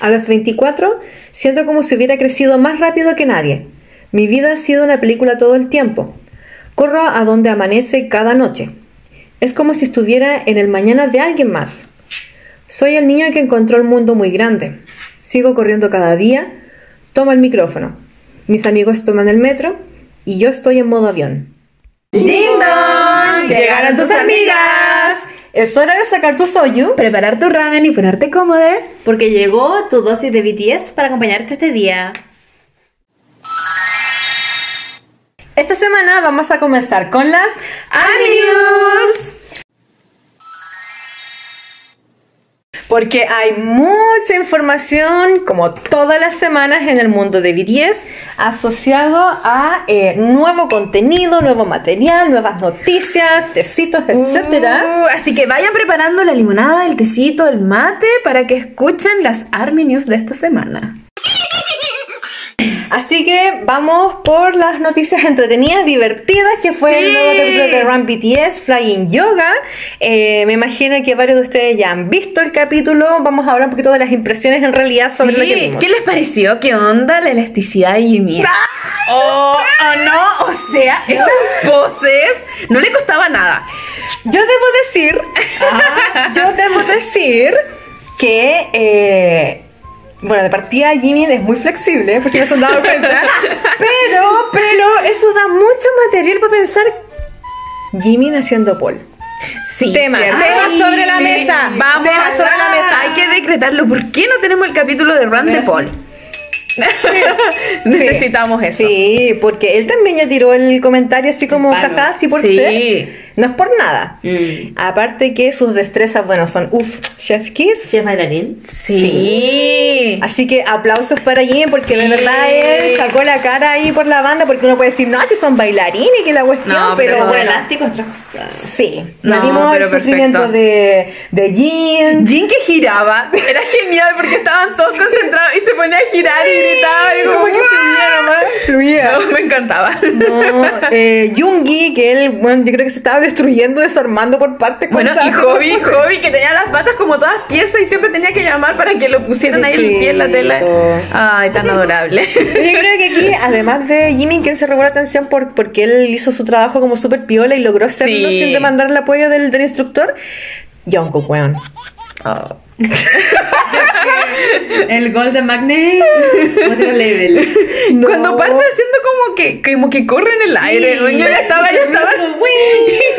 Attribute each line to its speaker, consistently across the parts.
Speaker 1: A los 24 siento como si hubiera crecido más rápido que nadie. Mi vida ha sido una película todo el tiempo. Corro a donde amanece cada noche. Es como si estuviera en el mañana de alguien más. Soy el niño que encontró el mundo muy grande. Sigo corriendo cada día. Tomo el micrófono. Mis amigos toman el metro y yo estoy en modo avión.
Speaker 2: ¡Dindon!
Speaker 1: ¡Llegaron tus amigas! Es hora de sacar tu soyu.
Speaker 2: Preparar tu ramen y ponerte cómoda.
Speaker 3: Porque llegó tu dosis de BTS para acompañarte este día.
Speaker 1: Esta semana vamos a comenzar con las
Speaker 2: ¡Adiós!
Speaker 1: porque hay mucha información, como todas las semanas en el mundo de BTS, asociado a eh, nuevo contenido, nuevo material, nuevas noticias, tecitos, etcétera.
Speaker 2: Uh, así que vayan preparando la limonada, el tecito, el mate para que escuchen las Army News de esta semana.
Speaker 1: Así que vamos por las noticias entretenidas, divertidas, que fue el nuevo
Speaker 2: Sí.
Speaker 1: capítulo de Run BTS, Flying Yoga. Eh, me imagino que varios de ustedes ya han visto el capítulo. Vamos a hablar un poquito de las impresiones en realidad sobre lo que
Speaker 2: Sí,
Speaker 1: vimos.
Speaker 2: ¿Qué les pareció? ¿Qué onda la elasticidad de Jimmy? Oh, oh, no, o sea, esas voces no le costaba nada.
Speaker 1: Yo debo decir,
Speaker 2: Ah.
Speaker 1: yo debo decir que, eh, bueno, de partida Jimin es muy flexible, por si no se han dado cuenta, pero, pero eso da mucho material para pensar. Jimin haciendo Paul.
Speaker 2: Sí,
Speaker 1: Tema,
Speaker 2: ¿cierto?
Speaker 1: tema
Speaker 2: Ay,
Speaker 1: sobre la mesa,
Speaker 2: Vamos,
Speaker 1: tema sobre la mesa.
Speaker 2: Hay que decretarlo. ¿Por qué no tenemos el capítulo de Rand de Paul? Necesitamos eso.
Speaker 1: Sí, porque él también ya tiró el comentario así como
Speaker 3: Palo.
Speaker 1: jaja, sí por
Speaker 2: Sí.
Speaker 1: ser. No es por nada.
Speaker 3: Mm.
Speaker 1: Aparte que sus destrezas, bueno, son uff, chef kiss.
Speaker 3: ¿Sí es bailarín?
Speaker 2: Sí.
Speaker 1: Así que aplausos para Jim, porque de
Speaker 2: Sí.
Speaker 1: verdad él sacó la cara ahí por la banda, porque uno puede decir, no, si son bailarines, que la cuestión,
Speaker 2: No,
Speaker 1: pero,
Speaker 2: pero
Speaker 3: Lo de
Speaker 1: bueno.
Speaker 3: elástico es otra cosa.
Speaker 1: Sí,
Speaker 2: No,
Speaker 1: nos dimos el
Speaker 2: pero
Speaker 1: sufrimiento
Speaker 2: perfecto.
Speaker 1: de, de Jin.
Speaker 2: Jin que giraba era genial porque estaban todos concentrados y se ponía a girar y gritaba y como
Speaker 1: Como que fluía nomás, fluía.
Speaker 2: No, me encantaba.
Speaker 1: No, eh, Yoongi, que él, bueno, yo creo que se estaba destruyendo, desarmando por partes. con
Speaker 2: Bueno, y
Speaker 1: tantas
Speaker 2: Hobby,
Speaker 1: cosas.
Speaker 2: Hobby que tenía las patas como todas tiesas y siempre tenía que llamar para que lo pusieran ahí el pie en la tela.
Speaker 1: Pobrecito.
Speaker 2: Ay, tan adorable.
Speaker 1: Yo creo que aquí, además de Jimmy, que se robó la atención por, porque él hizo su trabajo como súper piola y logró hacerlo
Speaker 2: Sí.
Speaker 1: sin demandar el apoyo del, del instructor, Yonko, weón.
Speaker 2: Oh.
Speaker 3: El gol de Magne, otro level.
Speaker 1: No.
Speaker 2: Cuando parte haciendo como que, como que corre en el aire. ¿no? Yo estaba, yo estaba.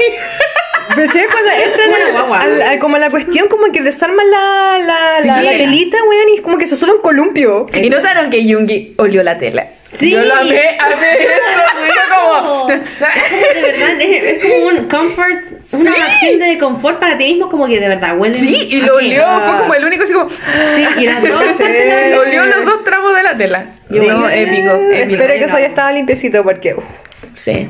Speaker 1: Pero ¿sabes cuando entran
Speaker 3: Una
Speaker 1: al-
Speaker 3: guagua.
Speaker 1: al- al- como a la cuestión, como que desarman la, la,
Speaker 2: Sí.
Speaker 1: la- la telita, weón, y es como que se sube un columpio.
Speaker 2: Y notaron que Yungi olió la tela.
Speaker 3: Sí.
Speaker 2: Yo lo amé, amé eso. Yo como.
Speaker 3: de verdad, es, es como un comfort, una opción de confort para ti mismo, como que de verdad huele.
Speaker 2: Sí, y
Speaker 3: a
Speaker 2: lo
Speaker 3: qué.
Speaker 2: olió, fue como el único así como.
Speaker 3: Sí, y las dos
Speaker 1: Sí.
Speaker 3: partes de la-
Speaker 2: Lo olió los dos tramos de la tela.
Speaker 3: Yo
Speaker 2: no,
Speaker 3: me-
Speaker 2: épico, épico.
Speaker 1: Espero que eso haya estado limpiecito porque. uf.
Speaker 2: Sí.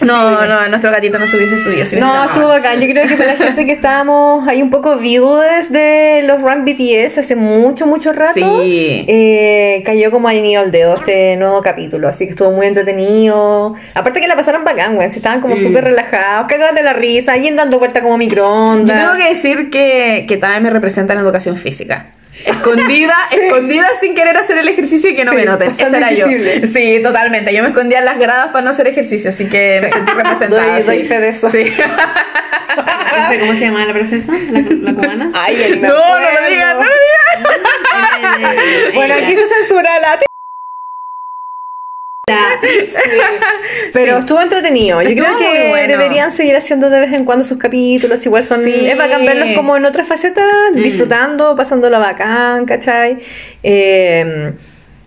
Speaker 2: No, no, nuestro gatito no se hubiese subido. se hubiese
Speaker 1: No,
Speaker 2: trabado.
Speaker 1: estuvo bacán. Yo creo que para la gente que estábamos ahí un poco viudas de los Run BTS hace mucho, mucho rato,
Speaker 2: Sí.
Speaker 1: eh, cayó como al niño al dedo este nuevo capítulo. Así que estuvo muy entretenido. Aparte que la pasaron bacán, güey. Se estaban como súper relajados, cagados de la risa, alguien dando vuelta como
Speaker 2: Yo
Speaker 1: microondas.
Speaker 2: tengo que decir que, que Tanae me representa en educación física. Escondida, escondida sin querer hacer el ejercicio y que no
Speaker 1: Sí,
Speaker 2: me noten. Esa
Speaker 1: bastante
Speaker 2: era yo.
Speaker 1: invisible.
Speaker 2: Sí, totalmente. Yo me escondía en las gradas para no hacer ejercicio, así que me sentí representada.
Speaker 1: Doy-
Speaker 2: sí.
Speaker 1: doy fe de eso.
Speaker 2: Sí.
Speaker 3: Profe, ¿Cómo se llamaba la profesora? ¿La, la cubana?
Speaker 1: Ay, ya ni me
Speaker 2: No, no
Speaker 1: acuerdo.
Speaker 2: lo digas, no lo digas.
Speaker 3: Eh,
Speaker 1: Bueno, aquí se censura la t- Pero estuvo entretenido. Yo
Speaker 2: Estuvo
Speaker 1: creo que
Speaker 2: muy bueno.
Speaker 1: deberían seguir haciendo de vez en cuando sus capítulos. Igual son.
Speaker 2: Sí. Mm.
Speaker 1: Es bacán verlos como en otra faceta, disfrutando, pasándola bacán, ¿cachai? Eh,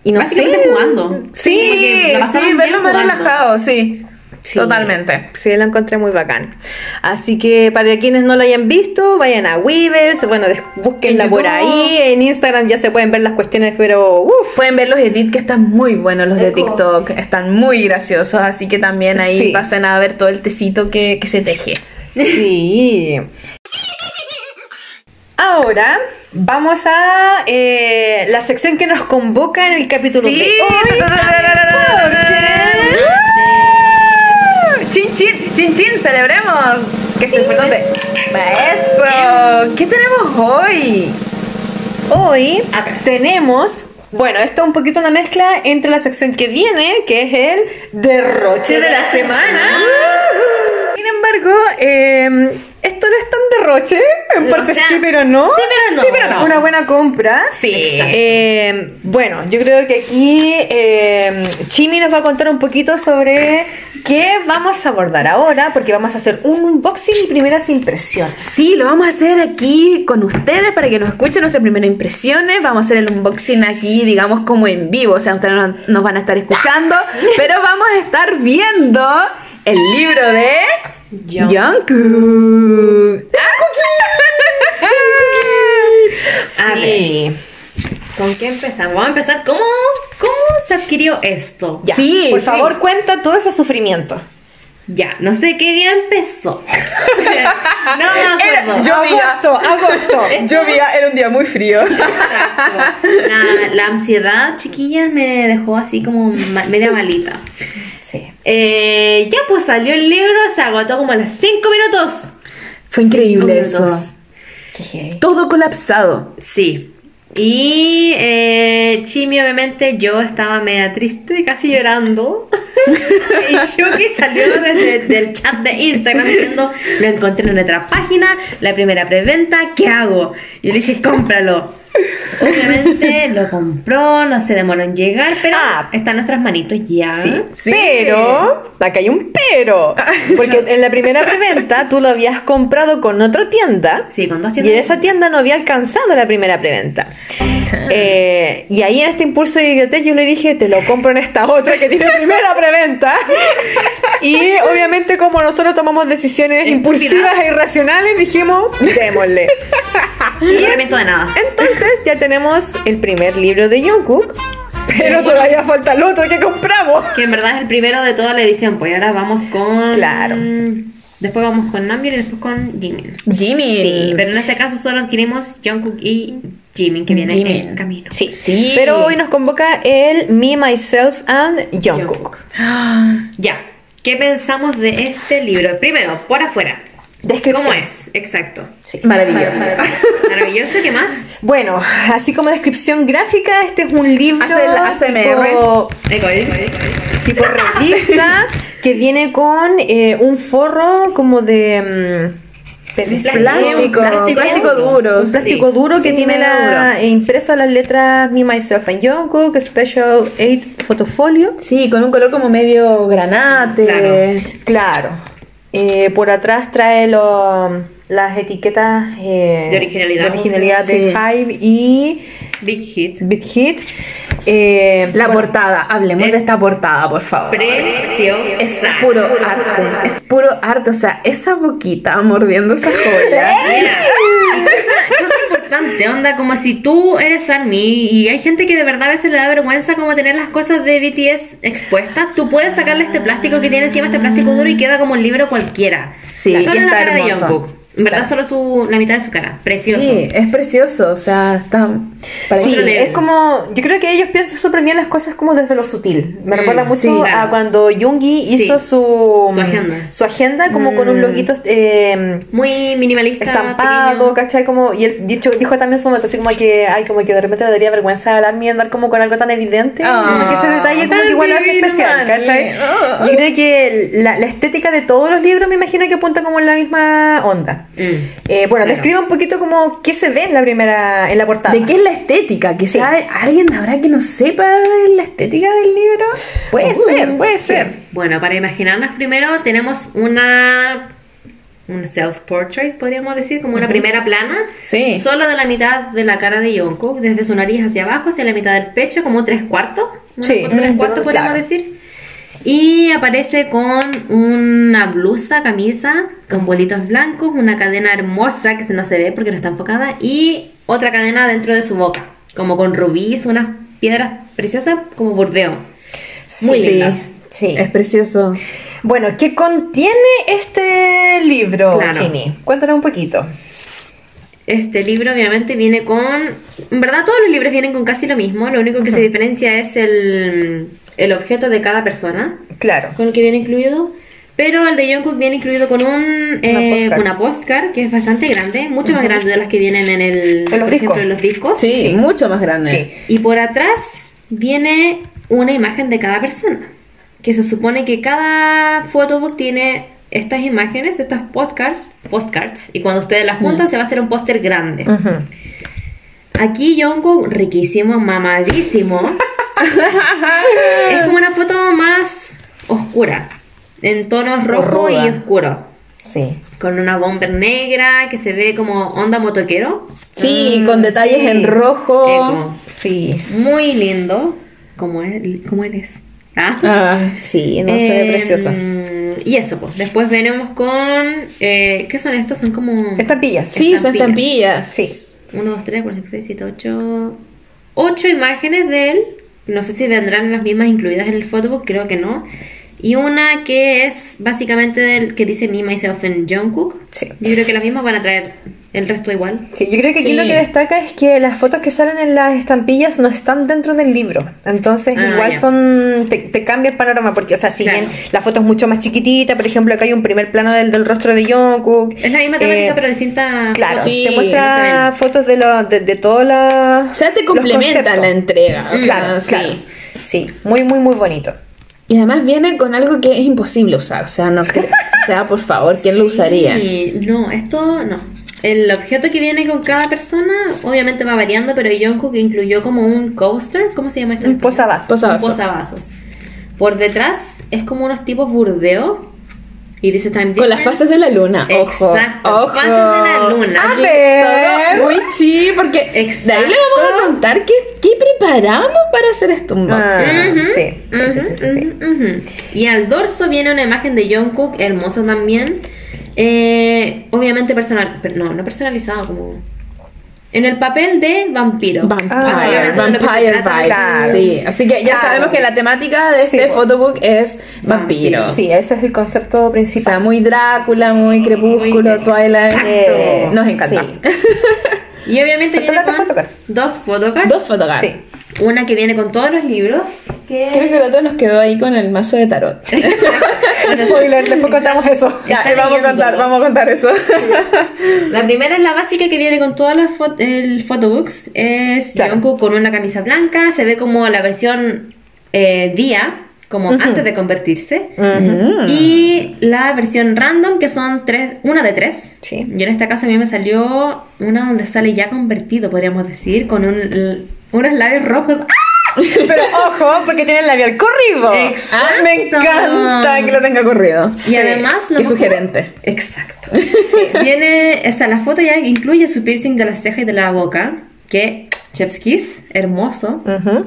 Speaker 1: y no sé.
Speaker 3: Básicamente jugando. como que
Speaker 2: Sí,
Speaker 3: la pasaban
Speaker 2: sí,
Speaker 3: bien
Speaker 2: verlo más
Speaker 3: jugando.
Speaker 2: relajado, sí.
Speaker 1: Sí.
Speaker 2: Totalmente.
Speaker 1: Sí, la encontré muy bacán. Así que para quienes no lo hayan visto, vayan a Weavers, bueno, des- búsquenla
Speaker 2: En
Speaker 1: por
Speaker 2: YouTube.
Speaker 1: ahí. En Instagram ya se pueden ver las cuestiones, pero uff.
Speaker 2: Pueden ver los edits que están muy buenos, los de
Speaker 3: Eco.
Speaker 2: TikTok. Están muy graciosos, así que también ahí
Speaker 1: Sí.
Speaker 2: pasen a ver todo el tecito que, que se teje.
Speaker 1: Sí. Ahora vamos a eh, la sección que nos convoca en el capítulo de
Speaker 2: Sí.
Speaker 1: hoy. porque-
Speaker 2: Chin chin, chin chin, celebremos. Que se fue donde. Eso. ¿Qué tenemos hoy?
Speaker 1: Hoy
Speaker 2: A ver.
Speaker 1: tenemos, bueno, esto es un poquito una mezcla entre la sección que viene, que es el derroche de la semana. Sin embargo, eh, esto no es tan derroche, en
Speaker 3: O
Speaker 1: parte
Speaker 3: sea,
Speaker 1: sí, pero no.
Speaker 3: sí, pero no.
Speaker 1: Una buena compra.
Speaker 2: Sí.
Speaker 1: Exacto. Eh, bueno, yo creo que aquí eh, Chimi nos va a contar un poquito sobre qué vamos a abordar ahora, porque vamos a hacer un unboxing y primeras impresiones.
Speaker 2: Sí, lo vamos a hacer aquí con ustedes para que nos escuchen nuestras primeras impresiones. Vamos a hacer el unboxing aquí, digamos, como en vivo. O sea, ustedes no- nos van a estar escuchando, pero vamos a estar viendo el libro de
Speaker 3: Jung-
Speaker 2: Jungkook.
Speaker 3: A
Speaker 1: Sí.
Speaker 3: ver, ¿Con qué empezamos? Vamos a empezar. ¿Cómo, cómo se adquirió esto?
Speaker 1: Ya,
Speaker 2: Sí,
Speaker 1: por
Speaker 2: sí.
Speaker 1: favor, cuenta todo ese sufrimiento.
Speaker 3: Ya, no sé qué día empezó. no me
Speaker 2: Era-
Speaker 3: acuerdo.
Speaker 2: Llovía.
Speaker 1: Agosto, agosto.
Speaker 2: Llovía, era un día muy frío.
Speaker 3: Exacto. La, la ansiedad, chiquillas, me dejó así como ma- media malita.
Speaker 1: Sí.
Speaker 3: Eh, ya pues salió el libro, se agotó como a las 5 minutos.
Speaker 2: Fue increíble eso.
Speaker 3: Cinco minutos.
Speaker 1: Qué heavy.
Speaker 2: Todo colapsado.
Speaker 3: Sí. Y eh, Chimi, obviamente, yo estaba media triste, casi llorando. y Yuki salió desde del chat de Instagram diciendo, lo encontré en otra página, la primera preventa, ¿qué hago? Y le dije, cómpralo. Obviamente lo compró, no se demoró en llegar, pero
Speaker 1: Ah.
Speaker 3: está en nuestras manitos ya.
Speaker 1: Sí.
Speaker 2: Sí.
Speaker 1: Pero, acá hay un pero. Porque en la primera preventa tú lo habías comprado con otra tienda.
Speaker 3: Sí, con dos
Speaker 1: Y
Speaker 3: tiendas.
Speaker 1: en esa tienda no había alcanzado la primera preventa. Eh, y ahí en este impulso de idiotez yo le dije, te lo compro en esta otra que tiene primera preventa. Y obviamente como nosotros tomamos decisiones
Speaker 3: Estúpidas.
Speaker 1: impulsivas e irracionales, dijimos, démosle.
Speaker 3: No me arrepiento de nada.
Speaker 1: Entonces ya tenemos el primer libro de Jungkook, pero todavía falta el otro que compramos.
Speaker 3: Que en verdad es el primero de toda la edición, pues y ahora vamos con...
Speaker 1: Claro.
Speaker 3: Después vamos con Namjoon y después con Jimin.
Speaker 2: Jimmy.
Speaker 1: Sí,
Speaker 3: Pero en este caso solo adquirimos Jungkook y Jimin, que viene
Speaker 2: Jimin.
Speaker 3: en camino.
Speaker 1: Sí.
Speaker 2: Sí.
Speaker 1: Pero hoy nos convoca el Me, Myself and Jungkook.
Speaker 3: Jungkook.
Speaker 2: ¡Ah!
Speaker 3: Ya, ¿qué pensamos de este libro? Primero, por afuera.
Speaker 1: Descripción.
Speaker 3: ¿Cómo es? Exacto.
Speaker 1: Sí.
Speaker 2: Maravilloso.
Speaker 3: Maravilloso, ¿qué más?
Speaker 1: Bueno, así como descripción gráfica, este es un libro
Speaker 2: Hace el ASMR.
Speaker 1: tipo,
Speaker 3: Eco, eco, eco, eco.
Speaker 1: tipo revista que viene con eh, un forro como de mm, pe-
Speaker 3: Plástico,
Speaker 2: Plástico,
Speaker 3: plástico
Speaker 2: plástico
Speaker 3: duro.
Speaker 2: duro.
Speaker 1: Un plástico
Speaker 3: Sí,
Speaker 1: duro que
Speaker 2: sí,
Speaker 1: tiene
Speaker 2: medio
Speaker 1: la, e impresa las letras Me, Myself and Jungkook, Special 8 Photofolio.
Speaker 2: Sí, con un color como medio granate.
Speaker 3: Claro.
Speaker 1: Claro. Eh, por atrás trae lo- las etiquetas eh,
Speaker 3: De originalidad.
Speaker 1: de, originalidad de
Speaker 2: Sí.
Speaker 1: Hive y
Speaker 3: Big hit.
Speaker 1: Big Hit. Eh,
Speaker 2: La
Speaker 1: bueno,
Speaker 2: portada, hablemos
Speaker 3: es-
Speaker 2: de esta portada, por favor. es
Speaker 3: Preciosa.
Speaker 2: puro arte, es puro arte, o sea, esa boquita mordiendo esa joya.
Speaker 3: Mira, y cosa, cosa importante, onda, como si tú eres Army y hay gente que de verdad a veces le da vergüenza como tener las cosas de BTS expuestas, tú puedes sacarle este plástico que tiene encima, este plástico duro y queda como un libro cualquiera.
Speaker 2: Sí,
Speaker 3: solo
Speaker 2: y
Speaker 3: la
Speaker 2: está
Speaker 3: cara de
Speaker 2: hermoso.
Speaker 3: Jungkook. En verdad,
Speaker 2: Claro.
Speaker 3: solo su, la mitad de su cara. Precioso.
Speaker 2: Sí, es precioso, o sea, está para
Speaker 1: Sí,
Speaker 2: que-
Speaker 3: Otro level.
Speaker 1: es como, yo creo que ellos piensan súper bien las cosas como desde lo sutil. Me
Speaker 3: Mm,
Speaker 1: recuerda mucho
Speaker 2: sí,
Speaker 1: a
Speaker 3: claro.
Speaker 1: cuando Jungi hizo
Speaker 3: Sí.
Speaker 1: su,
Speaker 3: Su agenda.
Speaker 1: su agenda como con un
Speaker 2: Mm.
Speaker 1: loguito eh,
Speaker 3: Muy minimalista.
Speaker 1: estampado,
Speaker 3: pequeño.
Speaker 1: ¿cachai? Como, y él dicho, dijo también en su momento así como que, ay, como que de repente le daría vergüenza hablar ni andar como con algo tan evidente.
Speaker 2: Ah,
Speaker 1: como que ese detalle como
Speaker 2: tan
Speaker 1: que igual lo hace
Speaker 2: divino,
Speaker 1: especial,
Speaker 2: Manly.
Speaker 1: ¿cachai?
Speaker 2: Ah.
Speaker 1: Yo creo que la, la estética de todos los libros me imagino que apunta como en la misma onda.
Speaker 3: Mm.
Speaker 1: Eh, bueno,
Speaker 3: Claro.
Speaker 1: describe un poquito como qué se ve en la primera, en la portada.
Speaker 2: ¿De qué es la estética? Quizá alguien habrá que no sepa de la estética del libro. Puede
Speaker 1: Uh,
Speaker 2: ser, puede ser.
Speaker 3: Bueno, para imaginarnos primero tenemos una un self portrait, podríamos decir, como una primera plana,
Speaker 2: Sí.
Speaker 3: solo de la mitad de la cara de Jungkook, desde su nariz hacia abajo, hacia la mitad del pecho, como tres cuartos, ¿no?
Speaker 1: Sí,
Speaker 3: Como tres
Speaker 1: mm,
Speaker 3: cuartos
Speaker 1: yo-
Speaker 3: podríamos
Speaker 1: claro.
Speaker 3: decir. Y aparece con una blusa, camisa, con bolitos blancos, una cadena hermosa que se no se ve porque no está enfocada y otra cadena dentro de su boca, como con rubíes, unas piedras preciosas como bordeo. Muy
Speaker 1: sí.
Speaker 3: lindas.
Speaker 1: Sí.
Speaker 2: Es precioso.
Speaker 1: Eh, Bueno, ¿qué contiene este libro,
Speaker 3: Claro.
Speaker 1: Chini? Cuéntanos un poquito.
Speaker 3: Este libro obviamente viene con... En verdad todos los libros vienen con casi lo mismo, lo único que se diferencia es el, el objeto de cada persona
Speaker 1: Claro.
Speaker 3: con el que viene incluido, Pero el de Jungkook viene incluido con un, eh,
Speaker 1: postcard.
Speaker 3: una postcard que es bastante grande, mucho más grande de las que vienen en el, por
Speaker 1: los
Speaker 3: ejemplo,
Speaker 1: discos.
Speaker 3: en los discos.
Speaker 2: Sí, mucho más grande.
Speaker 1: Sí.
Speaker 3: Y por atrás viene una imagen de cada persona. Que se supone que cada photobook tiene estas imágenes, estas podcasts, postcards, y cuando ustedes las juntan se va a hacer un póster grande.
Speaker 1: Ujú.
Speaker 3: Aquí Jungkook, riquísimo, mamadísimo. es como una foto más oscura, en tonos rojo
Speaker 1: Ruda.
Speaker 3: y oscuro.
Speaker 1: Sí.
Speaker 3: Con una bomber negra que se ve como onda motoquero.
Speaker 2: Sí,
Speaker 1: Mm,
Speaker 2: con detalles
Speaker 1: sí.
Speaker 2: en
Speaker 1: Oh.
Speaker 2: rojo.
Speaker 3: Eh, como
Speaker 1: Sí.
Speaker 3: muy lindo. Como él, como él es. Ah.
Speaker 2: Ah,
Speaker 1: Sí, no se ve
Speaker 3: Eh,
Speaker 1: preciosa.
Speaker 3: Y eso, pues. Después venimos con. eh, ¿Qué son estos? Son como.
Speaker 1: Estampillas.
Speaker 2: sí, son estampillas.
Speaker 1: Sí.
Speaker 3: 1, 2, 3, 4, 5, 6, 7, 8. 8 imágenes de él. No sé si vendrán las mismas incluidas en el photobook, creo que no. Y una que es básicamente del que dice Me, Myself and Jungkook.
Speaker 1: Sí.
Speaker 3: Yo creo que las mismas van a traer el resto igual.
Speaker 1: Sí, yo creo que aquí
Speaker 2: Sí.
Speaker 1: lo que destaca es que las fotos que salen en las estampillas no están dentro del libro. Entonces,
Speaker 3: Ah,
Speaker 1: igual
Speaker 3: ya.
Speaker 1: son. Te, te cambia el panorama, porque, o sea, si
Speaker 3: Claro.
Speaker 1: bien la foto es mucho más chiquitita, por ejemplo, acá hay un primer plano del, del rostro de Jungkook.
Speaker 3: Es la misma temática,
Speaker 1: eh,
Speaker 3: pero distinta.
Speaker 1: Claro,
Speaker 2: Sí,
Speaker 1: te
Speaker 3: no se
Speaker 1: muestra
Speaker 3: ven.
Speaker 1: fotos de, lo, de, de todas las.
Speaker 2: O sea, te
Speaker 1: los
Speaker 2: complementa
Speaker 1: conceptos.
Speaker 2: la entrega. o sea,
Speaker 1: Claro,
Speaker 2: sí.
Speaker 1: claro. Sí, muy, muy, muy bonito.
Speaker 2: Y además viene con algo que es imposible usar. O sea, no cre- O sea, por favor, ¿quién lo
Speaker 3: Sí,
Speaker 2: usaría?
Speaker 3: No, esto no. El objeto que viene con cada persona obviamente va variando, pero Jungkook incluyó como un coaster, ¿cómo se llama esto?
Speaker 1: Un posavasos.
Speaker 2: Posa- Posavasos.
Speaker 3: Un posavasos. Por detrás es como unos tipos burdeo y dice time
Speaker 2: Con las
Speaker 3: difference.
Speaker 2: fases de la luna, ojo.
Speaker 3: Exacto,
Speaker 2: ojo.
Speaker 3: fases de la luna.
Speaker 1: A
Speaker 2: Aquí
Speaker 1: ver.
Speaker 2: todo muy chi, porque de ahí le vamos
Speaker 3: Exacto.
Speaker 2: a contar qué, qué preparamos para hacer este unboxing.
Speaker 1: Ah.
Speaker 3: Ujú,
Speaker 1: Sí, sí, sí, sí, sí, sí.
Speaker 3: ujú, ujú. Y al dorso viene una imagen de Jungkook, hermoso también. Eh, obviamente personal, pero no, no personalizado, como en el papel de vampiro.
Speaker 2: Vampire,
Speaker 1: Ah,
Speaker 3: Básicamente de lo que se
Speaker 2: vampire
Speaker 3: trata.
Speaker 2: vibes.
Speaker 1: Claro.
Speaker 2: Sí, así que ya
Speaker 1: Claro.
Speaker 2: sabemos que la temática de
Speaker 1: Sí,
Speaker 2: este
Speaker 1: pues.
Speaker 2: photobook es vampiros.
Speaker 1: Sí, ese es el concepto
Speaker 2: O sea,
Speaker 1: principal.
Speaker 2: muy Drácula, muy Crepúsculo,
Speaker 3: Muy-
Speaker 2: Twilight.
Speaker 1: Eh,
Speaker 2: Nos encanta.
Speaker 1: sí.
Speaker 3: Y obviamente viene
Speaker 1: Fotocar,
Speaker 3: con
Speaker 1: fotocar.
Speaker 3: dos photocards.
Speaker 2: Dos fotocards.
Speaker 1: Sí.
Speaker 3: Una que viene con todos los libros.
Speaker 2: Creo
Speaker 3: Que...
Speaker 2: que el otro nos quedó ahí con el mazo de tarot.
Speaker 1: Spoiler, después contamos eso.
Speaker 2: Ya,
Speaker 3: Está
Speaker 2: eh, vamos a
Speaker 3: leyendo.
Speaker 2: contar, vamos a contar eso.
Speaker 3: La primera es la básica que viene con todos los fo- el photobooks. Es
Speaker 1: Claro.
Speaker 3: Jungkook con una camisa blanca. Se ve como la versión eh, día, como antes de convertirse.
Speaker 1: Mm.
Speaker 2: Mm.
Speaker 3: Y la versión random, que son tres, una de tres.
Speaker 1: Sí.
Speaker 3: Yo en este caso a mí me salió una donde sale ya convertido, podríamos decir, con un, l- unos labios rojos.
Speaker 1: Oh.
Speaker 3: ¡Ah!
Speaker 1: Pero ojo, porque tiene el labial corrido.
Speaker 3: Exacto.
Speaker 1: Ah, Me encanta.
Speaker 2: Hasta que lo tenga corrido.
Speaker 3: Y además lo
Speaker 2: Y
Speaker 3: mejor-
Speaker 2: sugerente.
Speaker 3: Exacto. Viene, o sea, la foto ya incluye su piercing de la ceja y de la boca, que chef's kiss, hermoso.
Speaker 1: Ujú.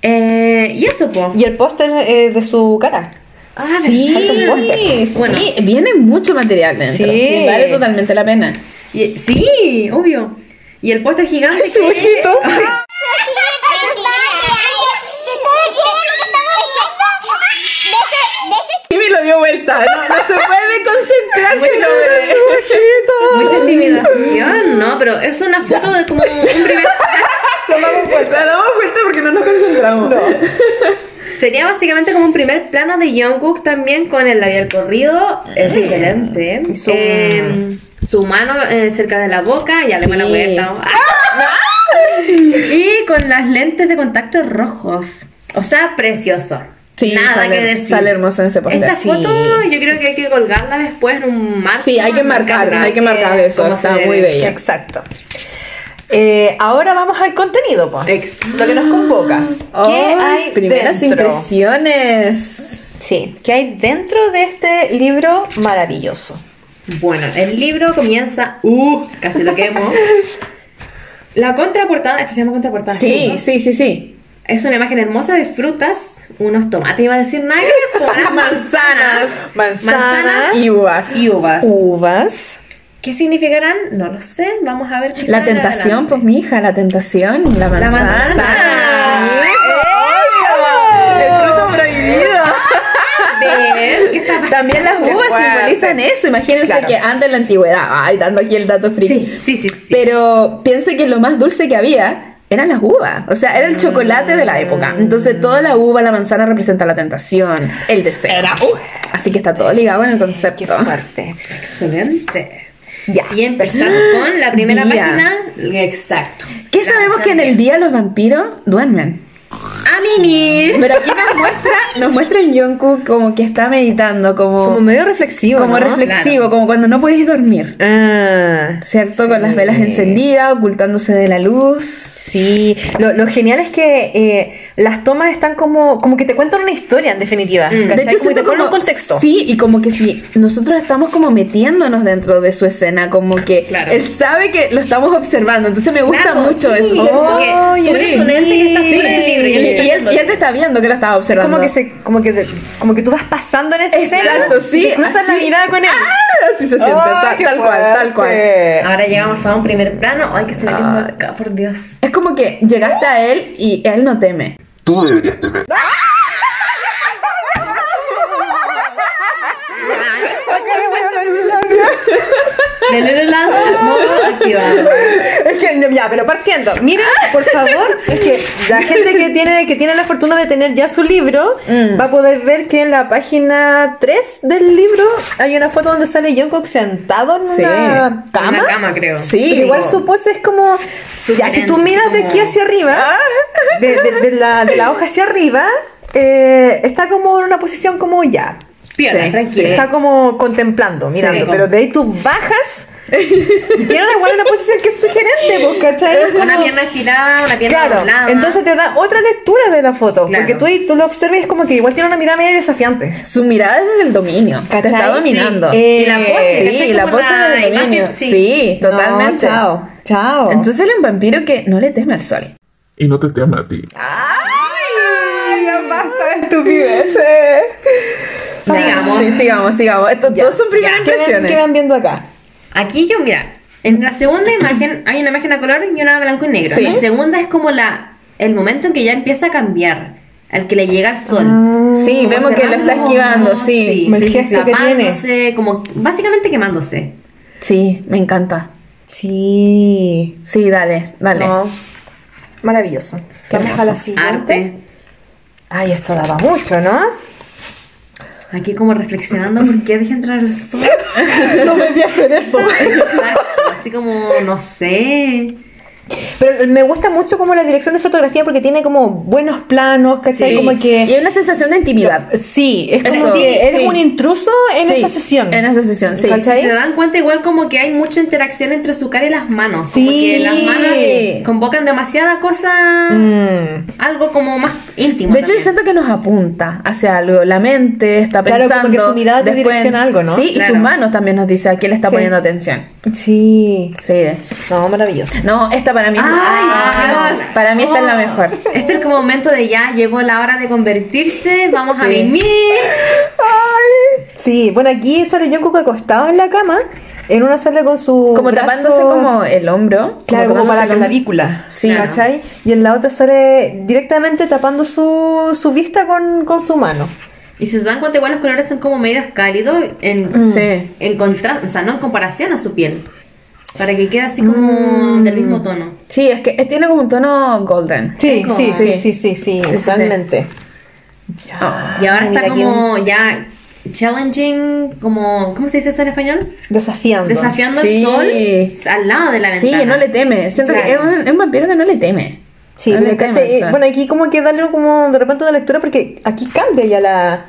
Speaker 3: Eh, y eso, po.
Speaker 1: Y el póster eh, de su cara.
Speaker 2: Ah,
Speaker 1: falta un póster.
Speaker 2: sí, sí.
Speaker 3: Bueno.
Speaker 2: Viene mucho material dentro.
Speaker 1: Sí.
Speaker 2: Sí. vale totalmente la pena.
Speaker 3: Y- sí, obvio. Y el póster gigante.
Speaker 1: Su
Speaker 3: que-
Speaker 1: ojito.
Speaker 2: Jimmy lo dio vuelta. No, no se puede concentrarse.
Speaker 3: Mucho
Speaker 2: no puede.
Speaker 3: Mucha intimidación, ¿no? Pero es una foto de como un primer.
Speaker 2: Lo damos vuelta. La damos vuelta porque no nos concentramos.
Speaker 3: Sería básicamente como un primer plano de Jungkook también con el labial
Speaker 2: Ah.
Speaker 3: corrido. Excelente.
Speaker 1: Y su-
Speaker 3: Eh, su mano eh, cerca de la boca, ya le
Speaker 2: Sí.
Speaker 3: van a vuelta. ¡Ah! y con las lentes de contacto rojos. O sea, precioso.
Speaker 2: Sí,
Speaker 3: Nada
Speaker 2: sale-
Speaker 3: que decir.
Speaker 2: sale hermoso en ese póster.
Speaker 3: Esta
Speaker 2: Sí.
Speaker 3: foto yo creo que hay que colgarla después en un marco.
Speaker 2: Sí, hay que marcar, hay que marcar eso.
Speaker 3: cómo
Speaker 2: Está
Speaker 3: se
Speaker 2: muy
Speaker 3: debe.
Speaker 2: bella.
Speaker 1: Exacto. Eh, ahora vamos al contenido, pues.
Speaker 3: Exacto.
Speaker 1: Lo que nos convoca. ¿Qué
Speaker 2: Ay,
Speaker 1: hay
Speaker 2: primeras
Speaker 1: dentro?
Speaker 2: impresiones.
Speaker 1: Sí, ¿qué hay dentro de este libro maravilloso?
Speaker 3: Bueno, el libro comienza. ¡Uh! Casi lo quemo. La contraportada, esto se llama contraportada.
Speaker 2: Sí,
Speaker 3: ¿no?
Speaker 2: sí, sí, sí.
Speaker 3: Es una imagen hermosa de frutas, unos tomates, iba a decir nada, que ver, como unas manzanas.
Speaker 1: Manzanas.
Speaker 2: Ah, Y uvas.
Speaker 3: y uvas.
Speaker 1: Uvas.
Speaker 3: ¿Qué significarán? No lo sé, vamos a ver qué
Speaker 2: La
Speaker 3: sale
Speaker 2: tentación,
Speaker 3: adelante.
Speaker 2: pues mi hija, la tentación, la
Speaker 3: La
Speaker 2: manzana.
Speaker 3: manzana.
Speaker 1: ¡Eso!
Speaker 2: ¡Ah! fruto prohibido. pues.
Speaker 3: Ven, ¿qué está pasando?
Speaker 2: También las
Speaker 1: Qué
Speaker 2: uvas
Speaker 1: fuerte.
Speaker 2: simbolizan eso. Imagínense
Speaker 1: Claro.
Speaker 2: que antes en la antigüedad, ay, dando aquí el dato friki.
Speaker 3: Sí, sí, sí. sí.
Speaker 2: Pero piense que lo más dulce que había eran las uvas. O sea, era el chocolate de la época. Entonces, toda la uva, la manzana representa la tentación, el deseo. Así que está todo ligado en el
Speaker 3: Qué
Speaker 2: concepto.
Speaker 3: fuerte. Excelente.
Speaker 2: Ya.
Speaker 3: Y empezamos con la primera
Speaker 2: Día.
Speaker 3: página. Exacto.
Speaker 2: ¿Qué
Speaker 3: La
Speaker 2: sabemos que en el día los vampiros duermen?
Speaker 3: A mimir.
Speaker 2: Pero aquí nos muestra, nos muestra en Yonku como que está meditando, como,
Speaker 1: Como
Speaker 2: como,
Speaker 1: medio reflexivo. ¿no?
Speaker 2: reflexivo, como cuando no podéis dormir.
Speaker 1: Ah,
Speaker 2: ¿Cierto? Con las velas encendidas, ocultándose de la luz.
Speaker 1: sí. Lo, lo genial es que eh, las tomas están como, como que te cuentan una historia, en definitiva.
Speaker 3: Mm. De
Speaker 1: ¿cachai?
Speaker 2: De
Speaker 1: como
Speaker 2: hecho,
Speaker 1: que
Speaker 2: siento
Speaker 1: te ponen
Speaker 2: como,
Speaker 1: un contexto.
Speaker 2: sí, y como que si nosotros estamos como metiéndonos dentro de su escena, como que
Speaker 3: Claro.
Speaker 2: él sabe que lo estamos observando, entonces me gusta
Speaker 3: Claro,
Speaker 2: mucho
Speaker 3: sí,
Speaker 2: eso. Oh,
Speaker 3: es como que
Speaker 1: Ay,
Speaker 3: tú eres
Speaker 1: sí.
Speaker 3: un ente que está
Speaker 1: Sí.
Speaker 3: fuera del libro y
Speaker 2: y,
Speaker 3: él está
Speaker 2: y él,
Speaker 3: viendo
Speaker 2: y él te está viendo que lo estaba
Speaker 1: Es
Speaker 2: observando.
Speaker 1: como que, se, como, que, como que tú vas pasando en esa escena
Speaker 2: Exacto,
Speaker 1: y
Speaker 2: sí,
Speaker 1: te cruzas
Speaker 2: así.
Speaker 1: la mirada con él.
Speaker 2: ¡Ah! Así se siente,
Speaker 1: Ay,
Speaker 2: ta-
Speaker 1: qué
Speaker 2: tal cual, tal cual. Ah,
Speaker 1: fuerte.
Speaker 3: Ahora llegamos a un primer plano. Ay, que se me quedó
Speaker 2: Ay.
Speaker 3: acá, por Dios.
Speaker 2: Es como que llegaste a él y él no teme.
Speaker 4: Tú deberías temer.
Speaker 2: Ah.
Speaker 3: De Legoland, modo activado.
Speaker 1: Es que no, ya, pero partiendo. Miren, por favor, es que la gente que tiene, que tiene la fortuna de tener ya su libro
Speaker 2: Mm.
Speaker 1: va a poder ver que en la página 3 del libro hay una foto donde sale John Cook sentado en
Speaker 2: Sí,
Speaker 1: una
Speaker 3: En
Speaker 1: cama.
Speaker 3: una cama, creo.
Speaker 2: Sí.
Speaker 1: Pero igual su pose es como. Ya, si tú
Speaker 3: Sugerente,
Speaker 1: miras de
Speaker 3: como-
Speaker 1: aquí hacia arriba, de, de- de la, de la hoja hacia arriba, eh, está como en una posición como ya.
Speaker 3: Piola,
Speaker 2: Sí,
Speaker 3: tranquila.
Speaker 2: sí.
Speaker 1: Está como contemplando, mirando.
Speaker 2: como-
Speaker 1: Pero de ahí tú bajas y tienes igual una posición que es sugerente, ¿vos cachai? Es
Speaker 3: Una
Speaker 1: como-
Speaker 3: pierna estirada, una pierna
Speaker 1: Claro,
Speaker 3: doblada.
Speaker 1: entonces te da otra lectura de la foto,
Speaker 3: Claro.
Speaker 1: porque tú, ahí- tú lo observas y es como que igual tiene una mirada media desafiante.
Speaker 2: Su mirada es del dominio. Te
Speaker 1: ¿Cachai?
Speaker 2: está dominando.
Speaker 1: Sí. Eh,
Speaker 3: y la pose,
Speaker 1: Sí,
Speaker 3: ¿cachai?
Speaker 2: Sí, la
Speaker 3: Como
Speaker 2: pose del
Speaker 3: imagen,
Speaker 2: dominio. sí.
Speaker 1: No,
Speaker 2: totalmente.
Speaker 1: chao, chao.
Speaker 2: Entonces él es un vampiro que no le teme al sol.
Speaker 4: Y no te teman a ti.
Speaker 1: ¡Ay! Ya basta de estupideces.
Speaker 3: Sigamos.
Speaker 2: Sí, sigamos, sigamos. Esto
Speaker 1: Ya,
Speaker 2: todos son primeras
Speaker 1: ya. ¿Qué ven-
Speaker 2: impresiones.
Speaker 1: ¿Qué van viendo acá?
Speaker 3: Aquí yo, mira, en la segunda imagen hay una imagen a color y una blanco y negro.
Speaker 2: Sí.
Speaker 3: La segunda es como la el momento en que ya empieza a cambiar, al que le llega el sol.
Speaker 2: Ah,
Speaker 1: Ah,
Speaker 2: Sí,
Speaker 3: Como
Speaker 2: vemos que lo está
Speaker 3: cerrando,
Speaker 2: esquivando, sí.
Speaker 1: El gesto que tiene.
Speaker 3: tapándose, como básicamente quemándose.
Speaker 2: Sí, me encanta.
Speaker 1: Sí.
Speaker 2: Sí, dale, dale.
Speaker 1: No. Maravilloso.
Speaker 2: Qué
Speaker 1: Vamos
Speaker 2: hermoso.
Speaker 1: a la siguiente.
Speaker 3: Arte.
Speaker 1: Ay, esto daba mucho, ¿no?
Speaker 3: Aquí como reflexionando por qué dejé entrar el sol.
Speaker 1: No debía hacer eso.
Speaker 3: Exacto, Así como, no sé.
Speaker 1: Pero me gusta mucho como la dirección de fotografía porque tiene como buenos planos, ¿cachai?
Speaker 2: Sí.
Speaker 1: Como que...
Speaker 2: Y hay una sensación de intimidad.
Speaker 1: Sí, es como
Speaker 2: Eso,
Speaker 1: si eres
Speaker 2: sí.
Speaker 1: un intruso en
Speaker 2: Sí,
Speaker 1: esa sesión.
Speaker 2: En esa sesión, sí.
Speaker 1: ¿Cachai?
Speaker 3: Si se dan cuenta, igual como que hay mucha interacción entre su cara y las manos. Como
Speaker 1: Sí.
Speaker 3: que las manos convocan demasiada cosa,
Speaker 1: Mm.
Speaker 3: algo como más íntimo.
Speaker 2: De hecho, yo
Speaker 3: también.
Speaker 2: siento que nos apunta hacia algo. La mente está
Speaker 1: Claro,
Speaker 2: pensando.
Speaker 1: como que su mirada te direcciona algo, ¿no?
Speaker 2: Sí, y
Speaker 3: Claro.
Speaker 2: sus manos también nos dice a quién le está
Speaker 1: Sí.
Speaker 2: poniendo atención.
Speaker 1: Sí.
Speaker 2: Sí.
Speaker 1: No, maravilloso.
Speaker 2: No, esta para mí. es-
Speaker 3: Ay,
Speaker 2: Ah,
Speaker 3: Dios.
Speaker 2: Para mí esta
Speaker 1: Oh.
Speaker 2: es la mejor.
Speaker 3: Este es como momento de ya llegó la hora de convertirse, vamos a
Speaker 2: Sí.
Speaker 3: vivir.
Speaker 1: Ay. Sí, bueno, aquí sale John Cook acostado en la cama, en una sala con su.
Speaker 2: Como
Speaker 1: brazo-
Speaker 2: tapándose como el hombro.
Speaker 1: Claro, como
Speaker 2: tapándose
Speaker 1: para la
Speaker 2: el hombro.
Speaker 1: clavícula.
Speaker 2: Sí.
Speaker 1: ¿Cachai? Y en la otra sale directamente tapando su, su vista con, con su mano.
Speaker 3: Y si se dan cuenta, igual los colores son como medios cálidos en,
Speaker 2: Sí.
Speaker 3: en contraste, o sea, no en comparación a su piel. Para que quede así como
Speaker 2: Mm.
Speaker 3: del mismo tono.
Speaker 2: Sí, es que tiene como un tono golden.
Speaker 1: Sí,
Speaker 3: Como-
Speaker 1: sí, sí, sí, sí, sí,
Speaker 2: Sí, sí, sí.
Speaker 1: totalmente.
Speaker 2: Oh.
Speaker 3: Y ahora
Speaker 1: Ah,
Speaker 3: está
Speaker 1: mira, aquí
Speaker 3: como ya challenging, como, ¿cómo se dice eso en español?
Speaker 1: Desafiando.
Speaker 3: Desafiando
Speaker 2: Sí.
Speaker 3: el sol al lado de la
Speaker 2: Sí,
Speaker 3: ventana.
Speaker 2: no le teme. Siento que es
Speaker 3: Claro.
Speaker 2: un, es un vampiro que no le teme.
Speaker 1: Sí,
Speaker 2: No le
Speaker 1: pero
Speaker 2: teme
Speaker 1: caché,
Speaker 2: al
Speaker 1: eh,
Speaker 2: sol.
Speaker 1: bueno, aquí como que darle como de repente una lectura porque aquí cambia ya la,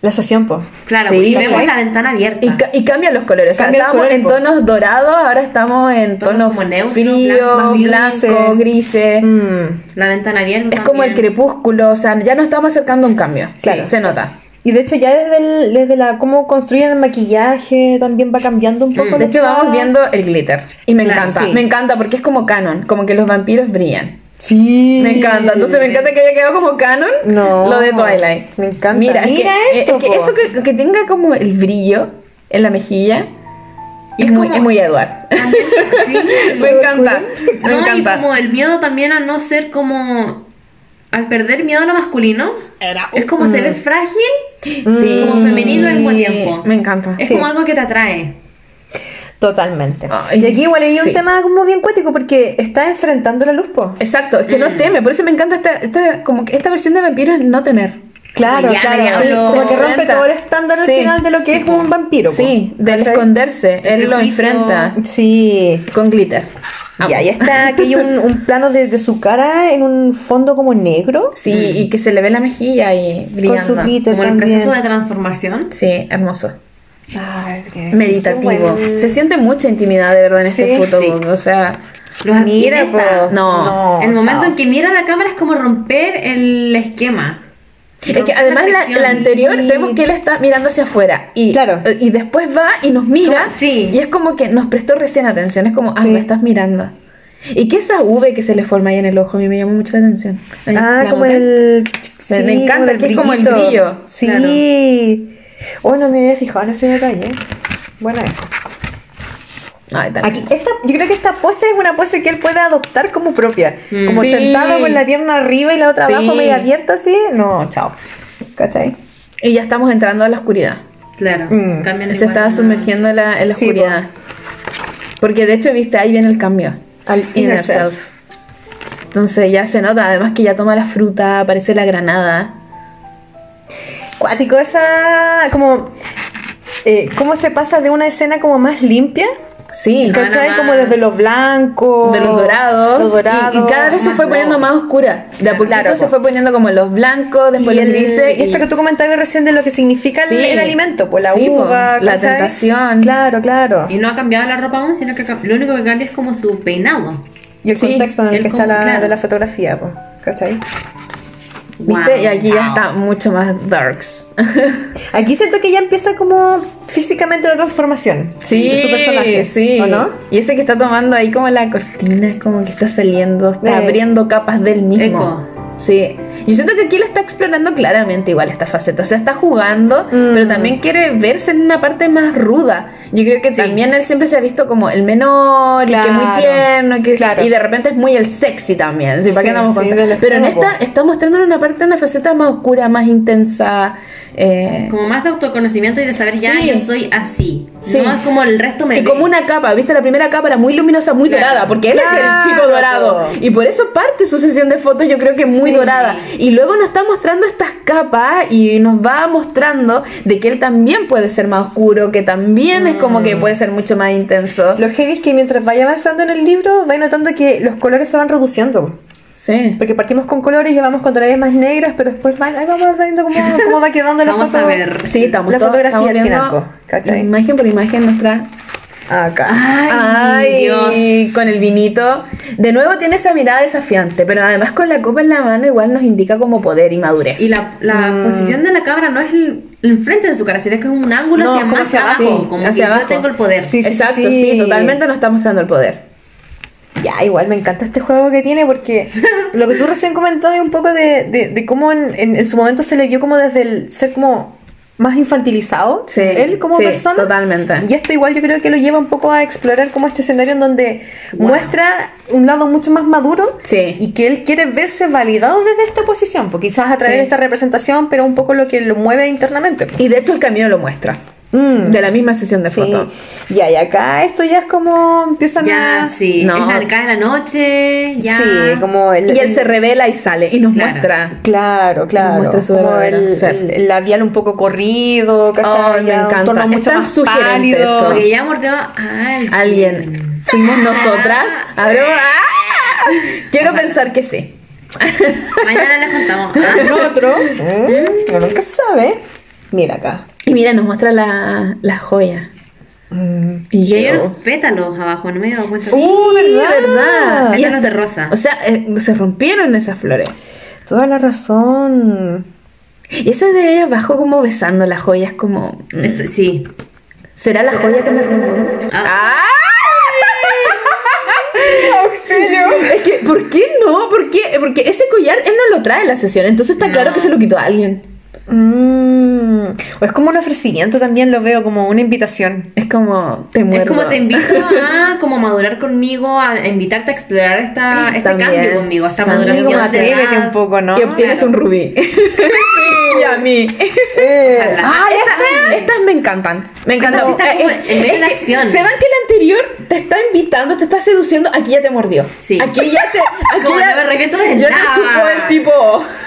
Speaker 1: la sesión, po.
Speaker 3: Claro,
Speaker 2: Sí,
Speaker 3: y vemos
Speaker 2: ¿cachai?
Speaker 3: la ventana abierta.
Speaker 2: Y, ca- y cambian los colores. O sea,
Speaker 1: Cambia el
Speaker 2: estábamos en
Speaker 1: cuerpo.
Speaker 2: tonos dorados, ahora estamos en
Speaker 3: Tonos
Speaker 2: tonos
Speaker 3: como neutros,
Speaker 2: frío,
Speaker 1: blancos, grises.
Speaker 2: blanco, grises.
Speaker 1: Mm.
Speaker 3: la ventana abierta.
Speaker 2: Es como el
Speaker 3: también.
Speaker 2: crepúsculo, o sea, ya nos estamos acercando a un cambio.
Speaker 1: Claro.
Speaker 2: se nota.
Speaker 1: Y de hecho ya desde, el- desde la cómo construyen el maquillaje también va cambiando un poco.
Speaker 2: Mm, De
Speaker 1: lo que
Speaker 2: hecho,
Speaker 1: va-
Speaker 2: vamos viendo el glitter. Y me
Speaker 3: Claro,
Speaker 2: encanta,
Speaker 1: sí.
Speaker 2: me encanta porque es como canon, como que los vampiros brillan.
Speaker 1: Sí.
Speaker 2: Me encanta, entonces me encanta que haya quedado como canon
Speaker 1: No.
Speaker 2: lo de Twilight.
Speaker 1: Me encanta.
Speaker 2: Mira, es
Speaker 1: Mira
Speaker 2: que,
Speaker 1: esto,
Speaker 2: es que
Speaker 1: po.
Speaker 2: eso que, que tenga como el brillo en la mejilla
Speaker 3: Y
Speaker 2: es,
Speaker 3: es
Speaker 2: muy,
Speaker 3: como-
Speaker 2: es muy Edward.
Speaker 3: También, sí.
Speaker 2: Me encanta, me
Speaker 3: No,
Speaker 2: encanta.
Speaker 3: Y como el miedo también a no ser como. Al perder miedo a lo masculino, es como se
Speaker 2: Mm.
Speaker 3: ve frágil,
Speaker 2: Sí.
Speaker 3: como femenino al mismo tiempo.
Speaker 2: Mm. Me encanta.
Speaker 3: es
Speaker 1: Sí.
Speaker 3: como algo que te atrae.
Speaker 1: Totalmente.
Speaker 2: Ay,
Speaker 1: y aquí igual hay un
Speaker 2: sí.
Speaker 1: tema como bien cuático porque está enfrentando la luz, po.
Speaker 2: Exacto, es que no teme, por eso me encanta esta, esta, como que esta versión de vampiro es no temer.
Speaker 1: Claro,
Speaker 3: Ya,
Speaker 1: claro.
Speaker 3: ya,
Speaker 1: Sí,
Speaker 3: lo-
Speaker 1: como que rompe
Speaker 2: enfrenta.
Speaker 1: todo el estándar al
Speaker 2: Sí,
Speaker 1: final de lo que es un vampiro. po.
Speaker 2: Sí, del
Speaker 1: ¿Cachai?
Speaker 2: esconderse, él lo
Speaker 3: prejuicio.
Speaker 2: enfrenta
Speaker 1: Sí.
Speaker 2: con glitter. Amo.
Speaker 1: Y ahí está, aquí hay un, un plano de, de su cara en un fondo como negro.
Speaker 2: Sí,
Speaker 3: Mm.
Speaker 2: y que se le ve la mejilla y brillando.
Speaker 1: su glitter.
Speaker 3: Como el
Speaker 1: También.
Speaker 3: proceso de transformación.
Speaker 2: Sí, hermoso.
Speaker 1: Ay, qué- qué
Speaker 2: Meditativo.
Speaker 1: bueno.
Speaker 2: Se siente mucha intimidad de verdad en
Speaker 1: Sí,
Speaker 2: este puto
Speaker 3: sí.
Speaker 2: book, o sea,
Speaker 3: Los
Speaker 1: Mira,
Speaker 3: adquiere esta-
Speaker 1: po.
Speaker 2: No.
Speaker 3: el momento
Speaker 1: chao.
Speaker 3: en que mira la cámara es como romper el esquema.
Speaker 2: Es que
Speaker 3: Romper
Speaker 2: además la,
Speaker 3: presión.
Speaker 2: la anterior
Speaker 1: Sí.
Speaker 2: vemos que él está mirando hacia afuera y, eh,
Speaker 1: Claro.
Speaker 2: y después va y nos mira
Speaker 3: Como- sí.
Speaker 2: y es como que nos prestó recién atención, es como, ah,
Speaker 1: Sí.
Speaker 2: me estás mirando. ¿Y qué esa V que se le forma ahí en el ojo? A mí me llamó mucho la atención. Ahí,
Speaker 1: Ah,
Speaker 2: ¿la
Speaker 1: como
Speaker 2: noté?
Speaker 1: el.
Speaker 2: Me- me encanta, que es como el
Speaker 1: brillito.
Speaker 2: brillo.
Speaker 1: Sí. Oh, no me ¿eh? había fijado en ese detalle. Buena esa.
Speaker 2: Ay, tal.
Speaker 1: Aquí, esta, yo creo que esta pose es una pose que él puede adoptar como propia.
Speaker 3: Mm.
Speaker 1: Como
Speaker 2: Sí.
Speaker 1: sentado con la pierna arriba y la otra
Speaker 2: Sí.
Speaker 1: abajo, medio abierta así. No, chao. ¿Cachai?
Speaker 2: Y ya estamos entrando a la oscuridad.
Speaker 3: Claro.
Speaker 1: Mm.
Speaker 3: cambian
Speaker 2: Se
Speaker 3: igual
Speaker 2: estaba
Speaker 3: una-
Speaker 2: sumergiendo en la, en la
Speaker 1: Sí,
Speaker 2: oscuridad. Porque de hecho, viste, ahí viene el cambio.
Speaker 1: Al inner self.
Speaker 2: Entonces ya se nota, además que ya toma la fruta, aparece la granada.
Speaker 1: Cuático esa. Como. eh, ¿Cómo se pasa de una escena como más limpia?
Speaker 2: Sí.
Speaker 3: Cada
Speaker 1: ¿Cachai?
Speaker 3: más.
Speaker 1: Como desde los blancos.
Speaker 2: de los dorados,
Speaker 1: los dorados,
Speaker 2: y, y cada vez se
Speaker 1: más
Speaker 2: fue poniendo
Speaker 1: rojo.
Speaker 2: más oscura. De a poquito
Speaker 1: Claro,
Speaker 2: se
Speaker 1: po.
Speaker 2: fue poniendo como los blancos, después
Speaker 1: Y,
Speaker 2: los
Speaker 1: el-
Speaker 2: grises.
Speaker 1: y esto que tú comentabas recién de lo que significa el-
Speaker 2: Sí.
Speaker 1: el, alimento, pues la
Speaker 2: Sí, po,
Speaker 1: uva,
Speaker 2: la
Speaker 1: ¿cachai?
Speaker 2: tentación.
Speaker 1: Claro, claro.
Speaker 3: Y no ha cambiado la ropa aún, sino que ca- lo único que cambia es como su peinado.
Speaker 1: Y el
Speaker 2: Sí,
Speaker 1: contexto en el,
Speaker 3: el
Speaker 1: que está
Speaker 3: como-
Speaker 1: la,
Speaker 3: claro.
Speaker 1: de la fotografía, pues, ¿cachai?
Speaker 2: ¿Viste?
Speaker 3: Wow,
Speaker 2: y aquí ya
Speaker 3: wow.
Speaker 2: está mucho más darks.
Speaker 1: Aquí siento que ya empieza como físicamente la transformación de su personaje,
Speaker 2: sí.
Speaker 1: ¿o no?
Speaker 2: Y ese que está tomando ahí como la cortina, es como que está saliendo, está
Speaker 1: Eh.
Speaker 2: abriendo capas del mismo.
Speaker 3: Eco.
Speaker 2: Sí. Yo siento que aquí él está explorando claramente igual esta faceta. O sea, está jugando,
Speaker 1: Mm.
Speaker 2: pero también quiere verse en una parte más ruda. Yo creo que
Speaker 3: Sí.
Speaker 2: también él siempre se ha visto como el menor y que
Speaker 1: Claro,
Speaker 2: muy tierno. y que-
Speaker 1: claro.
Speaker 2: Y de repente es muy el sexy también. Sí, ¿para
Speaker 1: Sí,
Speaker 2: qué andamos con
Speaker 1: sí,
Speaker 2: eso?
Speaker 1: del
Speaker 2: Pero en
Speaker 1: extremo,
Speaker 2: esta está mostrando una parte, una faceta más oscura, más intensa. eh,
Speaker 3: Como más de autoconocimiento y de saber ya
Speaker 2: Sí.
Speaker 3: yo soy así.
Speaker 2: Sí.
Speaker 3: No es como el resto me
Speaker 2: Y
Speaker 3: ve.
Speaker 2: como una capa, ¿viste? La primera capa era muy luminosa, muy
Speaker 3: Claro.
Speaker 2: dorada, porque él es
Speaker 1: Claro.
Speaker 2: el chico dorado. Y por eso parte su sesión de fotos, yo creo que muy
Speaker 3: Sí,
Speaker 2: dorada.
Speaker 3: sí.
Speaker 2: Y luego nos está mostrando estas capas y nos va mostrando de que él también puede ser más oscuro, que también es como que puede ser mucho más intenso.
Speaker 1: Mm. Lo heavy es que mientras vaya avanzando en el libro, vais notando que los colores se van reduciendo.
Speaker 2: Sí.
Speaker 1: Porque partimos con colores y vamos con tonalidades más negras, pero después van, ahí vamos viendo cómo, cómo va quedando la
Speaker 3: Vamos a
Speaker 1: foto.
Speaker 3: ver.
Speaker 2: Sí, estamos
Speaker 1: La
Speaker 2: todos-
Speaker 1: fotografía
Speaker 2: estamos
Speaker 1: al
Speaker 2: viendo
Speaker 1: final, po, ¿cachai?
Speaker 2: imagen por imagen nuestra
Speaker 1: Acá.
Speaker 2: Ay,
Speaker 3: Dios.
Speaker 2: con el vinito. De nuevo tiene esa mirada desafiante, pero además con la copa en la mano igual nos indica como poder y madurez.
Speaker 3: Y la, la
Speaker 2: Mm.
Speaker 3: posición de la cámara no es el, el frente de su cara, sino que es un ángulo
Speaker 1: No,
Speaker 3: hacia
Speaker 1: como
Speaker 3: más
Speaker 1: hacia
Speaker 3: abajo.
Speaker 2: abajo. Sí,
Speaker 3: como
Speaker 2: hacia
Speaker 3: que
Speaker 2: abajo.
Speaker 3: yo tengo el poder.
Speaker 1: Sí, sí,
Speaker 2: Exacto, sí,
Speaker 1: sí.
Speaker 2: totalmente nos está mostrando el poder.
Speaker 1: Ya, igual me encanta este juego que tiene porque lo que tú recién comentabas un poco de, de- de cómo en, en- en su momento se le vio como desde el ser como más infantilizado,
Speaker 2: Sí,
Speaker 1: él como
Speaker 2: sí,
Speaker 1: persona.
Speaker 2: totalmente.
Speaker 1: Y esto igual yo creo que lo lleva un poco a explorar como este escenario en donde muestra un lado mucho más maduro
Speaker 2: Sí.
Speaker 1: y que él quiere verse validado desde esta posición, porque quizás a través
Speaker 2: Sí.
Speaker 1: de esta representación, pero un poco lo que lo mueve internamente. pues.
Speaker 2: Y de hecho el camino lo muestra.
Speaker 1: Mm,
Speaker 2: De la misma sesión de
Speaker 1: sí.
Speaker 2: fotos.
Speaker 1: Ya, y acá esto ya es como empiezan
Speaker 3: Ya,
Speaker 1: a...
Speaker 3: sí.
Speaker 2: No.
Speaker 3: Es la cae la noche. Ya.
Speaker 1: Sí, como el,
Speaker 2: Y él
Speaker 1: el-
Speaker 2: se revela y sale y nos
Speaker 3: Claro.
Speaker 2: muestra.
Speaker 1: Claro, claro.
Speaker 2: muestra su
Speaker 1: Como
Speaker 2: verdadero
Speaker 1: el,
Speaker 2: ser.
Speaker 1: el- el labial un poco corrido, ¿cachai?
Speaker 2: Ay, me
Speaker 1: Ya
Speaker 2: encanta.
Speaker 1: Un tono
Speaker 2: Es
Speaker 1: mucho
Speaker 2: tan
Speaker 1: más
Speaker 2: sugerente
Speaker 1: pálido.
Speaker 2: eso.
Speaker 3: Porque ya mordió a alguien.
Speaker 2: Alguien. Fuimos nosotras. Habremos- ¡Ah! Quiero pensar que sí.
Speaker 3: Mañana les contamos. Ah,
Speaker 1: En otro,
Speaker 2: ¿Eh?
Speaker 1: mm, uno nunca sabe. Mira acá.
Speaker 2: Y mira, nos muestra la, la joya.
Speaker 1: Mm.
Speaker 2: Y
Speaker 3: Y hay
Speaker 2: yo-
Speaker 3: unos pétalos abajo, no me he dado cuenta.
Speaker 2: Sí,
Speaker 1: verdad.
Speaker 2: verdad. Y
Speaker 3: pétalos
Speaker 2: es-
Speaker 3: de rosa.
Speaker 2: o sea, eh, se rompieron esas flores.
Speaker 1: Toda la razón.
Speaker 2: Y esa de ahí abajo como besando la joya es como... mm,
Speaker 3: Es- sí.
Speaker 2: ¿Será la joya que me
Speaker 3: Ah.
Speaker 2: Es que, ¿por qué no? ¿Por qué? Porque ese collar él no lo trae en la sesión, entonces está claro que se lo quitó a alguien.
Speaker 1: Mm. O es como un ofrecimiento también, lo veo como una invitación.
Speaker 2: Es como te muerdo.
Speaker 3: Es como te invito a como madurar conmigo, a invitarte a explorar esta,
Speaker 2: Sí,
Speaker 3: este
Speaker 2: también.
Speaker 3: cambio conmigo, esta
Speaker 2: Sí,
Speaker 1: Así como
Speaker 3: maduración. de
Speaker 1: atrévete
Speaker 3: edad.
Speaker 1: un poco, ¿no?
Speaker 2: Y obtienes un rubí. sí, y a mí.
Speaker 1: Eh,
Speaker 3: Ojalá.
Speaker 2: Ah, estas, estas me encantan. Me encantan.
Speaker 3: Estas sí están
Speaker 2: Eh,
Speaker 3: como en medio de la
Speaker 2: que
Speaker 3: acción.
Speaker 2: Se van que el anterior te está invitando, te está seduciendo. Aquí ya te mordió.
Speaker 3: Sí.
Speaker 2: Aquí ya te. Aquí
Speaker 3: Como
Speaker 2: ya,
Speaker 3: no me arrepiento de
Speaker 2: ya
Speaker 3: nada.
Speaker 2: te chupó el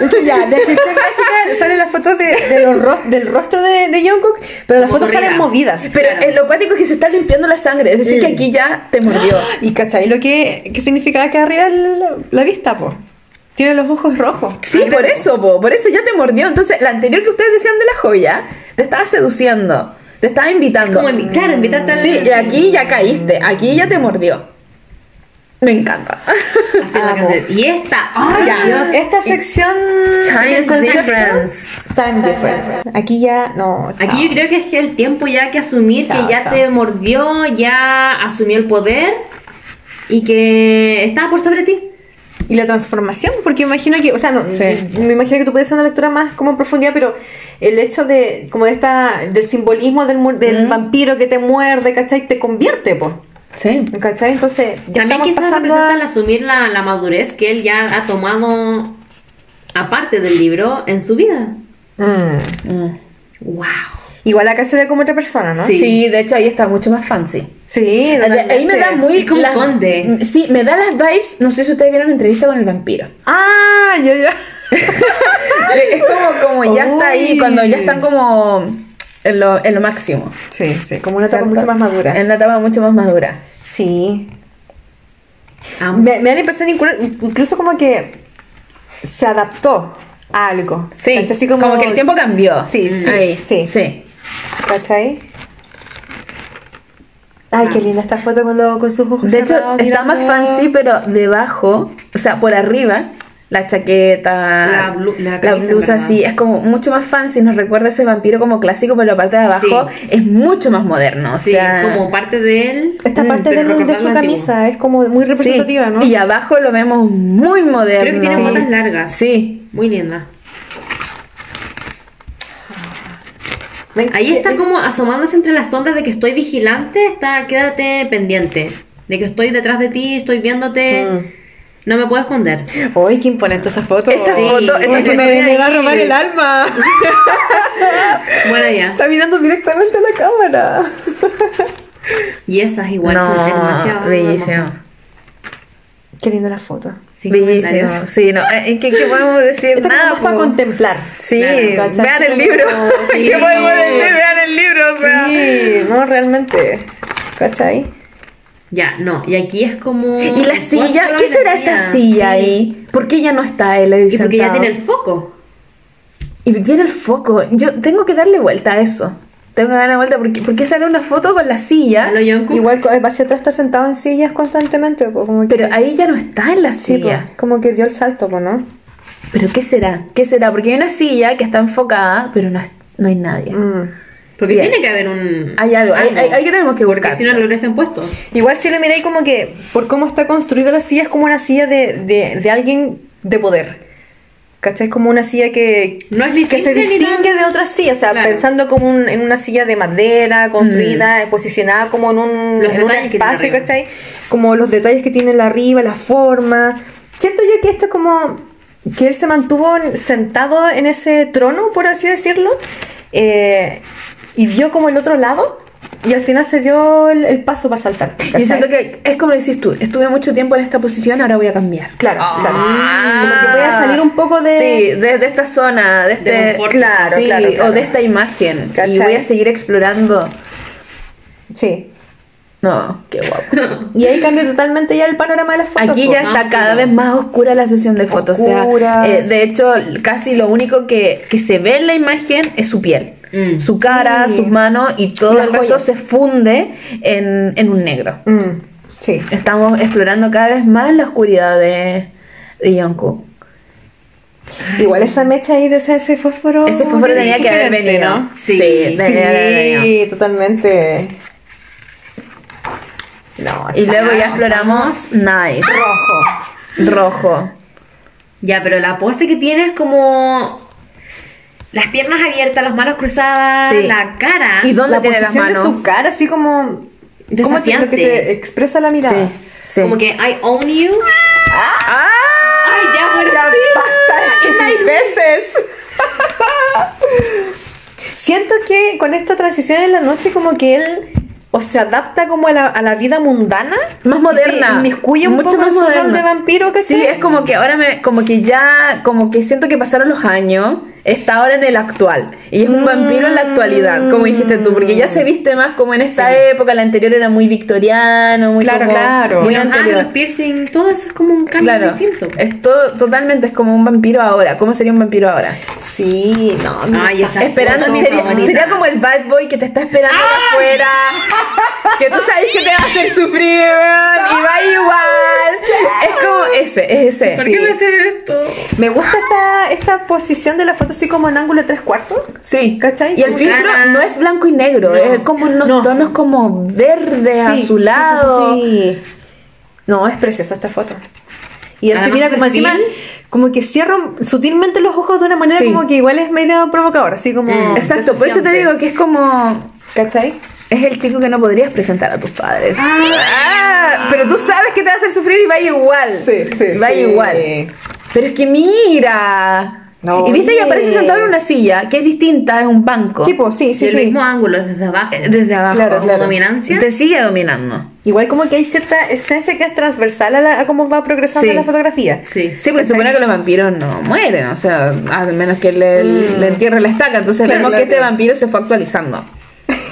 Speaker 2: tipo.
Speaker 1: ya, descripción gráfica sale la foto de, de los ros- del rostro de, de Jungkook, pero las
Speaker 3: Como
Speaker 1: fotos salen
Speaker 3: corrida.
Speaker 1: movidas.
Speaker 2: Pero
Speaker 3: Claro.
Speaker 2: eh, lo cuático es que se está limpiando la sangre. Es decir, que aquí ya te mordió.
Speaker 1: ¿Y cachai lo que, que significaba que arriba la, la vista, po? Tiene los ojos rojos.
Speaker 2: Sí, por eso, po, por eso ya te mordió. Entonces, la anterior que ustedes decían de la joya, te estaba seduciendo, te estaba invitando.
Speaker 3: Como invi- claro, invitarte a la
Speaker 2: Sí, y aquí ya caíste, aquí ya te mordió. Me encanta.
Speaker 3: Así es la
Speaker 1: Amo.
Speaker 3: canción. Y esta, ay
Speaker 2: Ya.
Speaker 3: Dios.
Speaker 1: Esta sección.
Speaker 2: Time
Speaker 1: esta sección-
Speaker 2: difference.
Speaker 1: Time difference. Aquí ya. No. chao.
Speaker 3: Aquí yo creo que es que el tiempo ya hay que asumir
Speaker 1: Chao,
Speaker 3: que ya
Speaker 1: chao.
Speaker 3: te mordió, ya asumió el poder y que estaba por sobre ti.
Speaker 1: Y la transformación, porque imagino que, o sea, no,
Speaker 2: Sí.
Speaker 1: me imagino que tú puedes hacer una lectura más como en profundidad, pero el hecho de, como de esta, del simbolismo del, mu- del vampiro que te muerde, ¿cachai? Te convierte, pues.
Speaker 2: Sí.
Speaker 1: ¿Cachai? Entonces, ya
Speaker 3: También
Speaker 1: estamos
Speaker 3: quizás
Speaker 1: pasando
Speaker 3: representa
Speaker 1: a-
Speaker 3: el asumir la, la madurez que él ya ha tomado aparte del libro en su vida.
Speaker 1: Mm.
Speaker 3: ¡Wow!
Speaker 1: Igual acá se ve como otra persona, ¿no?
Speaker 3: Sí.
Speaker 2: Sí. de hecho ahí está mucho más fancy.
Speaker 1: Sí,
Speaker 2: Ahí ahí me da
Speaker 1: totalmente.
Speaker 2: muy...
Speaker 3: Es como conde.
Speaker 2: Sí, me da las vibes, no sé si ustedes vieron la entrevista con el vampiro.
Speaker 1: Ah, yo, yo.
Speaker 2: Es como, como ya está ahí,
Speaker 1: Uy.
Speaker 2: cuando ya están como en lo, en lo máximo.
Speaker 1: Sí, sí, como una etapa
Speaker 2: ¿cierto?
Speaker 1: mucho más madura.
Speaker 2: En la etapa mucho más madura.
Speaker 1: Sí.
Speaker 3: Amo.
Speaker 1: Me, me da la impresión inclu- incluso como que se adaptó a algo.
Speaker 2: Sí,
Speaker 1: ¿Cachai? Así
Speaker 2: como, que el tiempo cambió.
Speaker 1: Sí, sí,
Speaker 2: Ahí,
Speaker 1: sí.
Speaker 2: sí.
Speaker 1: ¿Cachai? Ay, qué linda esta foto con, lo- con sus ojos.
Speaker 2: Ah. De hecho,
Speaker 1: cerrados,
Speaker 2: está más
Speaker 1: mirando-
Speaker 2: fancy, pero debajo, o sea, por arriba, la chaqueta,
Speaker 3: La blu- la camisa,
Speaker 2: blusa,
Speaker 3: ¿verdad?
Speaker 2: sí, es como mucho más fancy, nos recuerda a ese vampiro como clásico, pero la parte de abajo es mucho más moderno, o
Speaker 3: sí,
Speaker 2: sea...
Speaker 3: como parte de él.
Speaker 1: Esta
Speaker 2: Mm,
Speaker 1: parte
Speaker 3: pero
Speaker 1: del- de, su
Speaker 3: recordando antiguo.
Speaker 1: camisa es como muy
Speaker 2: sí,
Speaker 1: representativa, ¿no?
Speaker 2: Y abajo lo vemos muy moderno.
Speaker 3: Creo que tiene botas largas.
Speaker 2: Sí.
Speaker 3: Muy linda.
Speaker 1: Ven-
Speaker 3: Ahí está
Speaker 1: eh,
Speaker 3: como asomándose entre las sombras de que estoy vigilante, está, quédate pendiente. De que estoy detrás de ti, estoy viéndote.
Speaker 1: Mm.
Speaker 3: No me puedo esconder.
Speaker 1: Uy, qué imponente esa foto.
Speaker 2: Esa
Speaker 3: Sí,
Speaker 2: foto, esa
Speaker 1: Uy, que
Speaker 3: porque
Speaker 2: foto
Speaker 1: me,
Speaker 3: estoy
Speaker 1: me va a
Speaker 3: ahí.
Speaker 1: robar el alma.
Speaker 3: Bueno, ya.
Speaker 1: Está mirando directamente a la cámara.
Speaker 3: Y esas igual son
Speaker 2: No,
Speaker 3: demasiado
Speaker 2: bellísimo.
Speaker 3: hermosas.
Speaker 1: Qué linda la foto.
Speaker 3: Sin
Speaker 2: Bellísimo,
Speaker 3: comentarios.
Speaker 2: sí, no, eh, ¿qué, qué podemos decir?
Speaker 1: Esta
Speaker 2: Nada,
Speaker 1: como más para
Speaker 2: po.
Speaker 1: contemplar.
Speaker 2: Sí,
Speaker 1: Claro, ¿cachai?
Speaker 2: vean
Speaker 1: Sí,
Speaker 2: el libro.
Speaker 1: como- sí.
Speaker 2: ¿Qué podemos decir? Vean el libro, o sea.
Speaker 1: Sí, no, realmente. ¿Cachai?
Speaker 3: Ya, no. Y aquí es como.
Speaker 2: Y la silla, ¿qué será esa silla ahí? ¿Por qué ya no está él ahí
Speaker 3: Y porque ya
Speaker 2: sentado?
Speaker 3: tiene el foco.
Speaker 2: Y tiene el foco. Yo tengo que darle vuelta a eso. Tengo que darle vuelta porque, porque sale una foto con la
Speaker 3: A
Speaker 2: silla,
Speaker 3: lo Jungkook.
Speaker 1: Igual co- hacia atrás está sentado en sillas constantemente, po, como que,
Speaker 2: pero ahí ya no está en la
Speaker 1: sí, po,
Speaker 2: silla.
Speaker 1: como que dio el salto, po, ¿no?
Speaker 2: ¿Pero qué será? ¿Qué será? Porque hay una silla que está enfocada, pero no, es- no hay nadie.
Speaker 1: Mm.
Speaker 3: Porque
Speaker 2: Bien.
Speaker 3: tiene que haber un.
Speaker 2: Hay algo, hay, hay, hay que tenemos que
Speaker 3: Porque
Speaker 2: buscar.
Speaker 3: si no lo hubiesen puesto.
Speaker 1: Igual si lo miráis como que, por cómo está construida la silla, es como una silla de, de, de alguien de poder. ¿Cachai? Es como una silla que,
Speaker 3: No es ni
Speaker 1: que se
Speaker 3: simple ni tan-
Speaker 1: distingue de otras sillas, o sea,
Speaker 3: Claro. Mm.
Speaker 1: pensando como un- en una silla de madera construida, eh, posicionada como en un,
Speaker 3: Los
Speaker 1: en un
Speaker 3: detalles que tiene
Speaker 1: espacio,
Speaker 3: arriba.
Speaker 1: ¿cachai? Como los detalles que tiene la arriba, la forma. Siento yo que esto es como que él se mantuvo en- sentado en ese trono, por así decirlo, eh, y vio como el otro lado. Y al final se dio el, el paso para saltar.
Speaker 2: Yo
Speaker 1: ¿cachai?
Speaker 2: siento que es como decís tú, estuve mucho tiempo en esta posición, ahora voy a cambiar.
Speaker 1: Claro, claro.
Speaker 2: Ah.
Speaker 1: Como que voy a salir un poco de.
Speaker 2: Sí, de, de esta zona, de este...
Speaker 3: confort.
Speaker 1: Claro,
Speaker 2: sí,
Speaker 1: claro, claro.
Speaker 2: o de esta imagen. Y
Speaker 1: ¿Cachai?
Speaker 2: voy a seguir explorando.
Speaker 1: Sí.
Speaker 2: No, qué guapo.
Speaker 1: Y ahí cambió totalmente ya el panorama de las fotos.
Speaker 2: Aquí
Speaker 1: po.
Speaker 2: ya está cada vez más oscura la sesión de fotos. O sea,
Speaker 1: Oscuras.
Speaker 2: eh, de hecho, casi lo único que, que se ve en la imagen es su piel.
Speaker 3: Mm.
Speaker 2: Su cara,
Speaker 1: Sí.
Speaker 2: sus manos y todo
Speaker 1: Las
Speaker 2: el resto
Speaker 1: joyas.
Speaker 2: se funde en, en un negro.
Speaker 1: Mm, sí.
Speaker 2: Estamos explorando cada vez más la oscuridad de, de Jungkook.
Speaker 1: Igual esa mecha ahí de ese, ese fósforo.
Speaker 2: Ese fósforo
Speaker 1: sí,
Speaker 2: tenía que haber
Speaker 1: Oh, diferente,
Speaker 2: venido.
Speaker 1: ¿no?
Speaker 3: Sí,
Speaker 2: tenía que haber venido.
Speaker 1: Sí, totalmente. No,
Speaker 2: Y luego ya
Speaker 1: chao.
Speaker 2: exploramos Nice,
Speaker 1: Rojo.
Speaker 2: rojo.
Speaker 3: Ya, pero la pose que tiene es como. Las piernas abiertas, las manos cruzadas,
Speaker 2: Sí.
Speaker 3: la cara.
Speaker 2: ¿Y dónde
Speaker 1: la
Speaker 2: tiene la
Speaker 1: posición
Speaker 2: mano?
Speaker 1: de su cara, así como. ¿Cómo te, lo que te
Speaker 3: Desafiante.
Speaker 1: expresa la
Speaker 2: Sí,
Speaker 1: mirada?
Speaker 2: sí.
Speaker 3: Como que I own you.
Speaker 2: ¡Ah!
Speaker 3: Ay, ya, bueno,
Speaker 1: Ya basta, es mil veces. Siento que con esta transición en la noche como que él o se adapta como a la, a la vida mundana.
Speaker 2: Más
Speaker 1: Y se
Speaker 2: moderna.
Speaker 1: inmiscuye un poco en su rol de vampiro, ¿cachai?
Speaker 2: Sí, es como que ahora me, como que ya, como que siento que pasaron los años, está ahora en el actual. Y es un vampiro en la actualidad, como dijiste tú, porque ya se viste más como en esa época, la anterior era muy victoriano, muy
Speaker 1: Claro,
Speaker 2: como-
Speaker 1: claro.
Speaker 2: muy
Speaker 3: los
Speaker 2: anterior.
Speaker 3: aros, ah, los piercing, todo eso es como un cambio
Speaker 2: Claro, Eh,
Speaker 3: distinto.
Speaker 2: es todo, totalmente es como un vampiro ahora. ¿Cómo sería un vampiro ahora?
Speaker 1: Sí, no. mira,
Speaker 3: Ay, esa
Speaker 2: Esperando,
Speaker 3: foto es mi
Speaker 2: sería,
Speaker 3: favorita.
Speaker 2: sería como el bad boy que te está esperando acá afuera. Que tú sabes que te va a hacer sufrir weón, y va igual. Es como ese, es ese.
Speaker 3: ¿Por
Speaker 1: Sí.
Speaker 3: qué me haces esto?
Speaker 1: Me gusta esta, esta posición de la foto así como en ángulo de tres cuartos.
Speaker 2: Sí,
Speaker 1: ¿Cachai?
Speaker 2: Y el
Speaker 1: Como
Speaker 2: filtro
Speaker 3: cara.
Speaker 2: no es blanco y negro,
Speaker 3: No,
Speaker 2: es como unos
Speaker 1: no.
Speaker 2: tonos como verde,
Speaker 1: Sí,
Speaker 2: azulado.
Speaker 1: sí, sí, sí, sí. No, es preciosa esta foto. Y él te
Speaker 3: Además,
Speaker 1: mira como
Speaker 3: perfil.
Speaker 1: encima, como que cierra sutilmente los ojos de una manera
Speaker 2: Sí.
Speaker 1: como que igual es medio provocadora, así como.
Speaker 3: Mm,
Speaker 2: Exacto, por eso te
Speaker 1: desafiante.
Speaker 2: digo que es como.
Speaker 1: ¿Cachai?
Speaker 2: Es el chico que no podrías presentar a tus padres. Ah, pero tú sabes que te va a hacer sufrir y va igual. Va igual. Pero es que mira.
Speaker 1: No,
Speaker 2: y viste que
Speaker 1: oye.
Speaker 2: aparece sentado en una silla, que es distinta, es un banco.
Speaker 1: Tipo, sí,
Speaker 3: Sí,
Speaker 1: sí,
Speaker 3: el
Speaker 1: sí.
Speaker 3: mismo ángulo, desde abajo.
Speaker 2: Eh, Desde abajo.
Speaker 1: Claro,
Speaker 3: Como
Speaker 1: claro.
Speaker 3: dominancia.
Speaker 2: Te sigue dominando.
Speaker 1: Igual como que hay cierta esencia que es transversal a, la- a cómo va progresando
Speaker 2: Sí.
Speaker 1: la fotografía.
Speaker 3: Sí.
Speaker 2: Sí, porque se supone que los vampiros no mueren, o sea, al menos que le, le entierre la estaca. Entonces
Speaker 1: Mm. Claro,
Speaker 2: vemos
Speaker 1: claro,
Speaker 2: que este
Speaker 1: claro.
Speaker 2: vampiro se fue actualizando.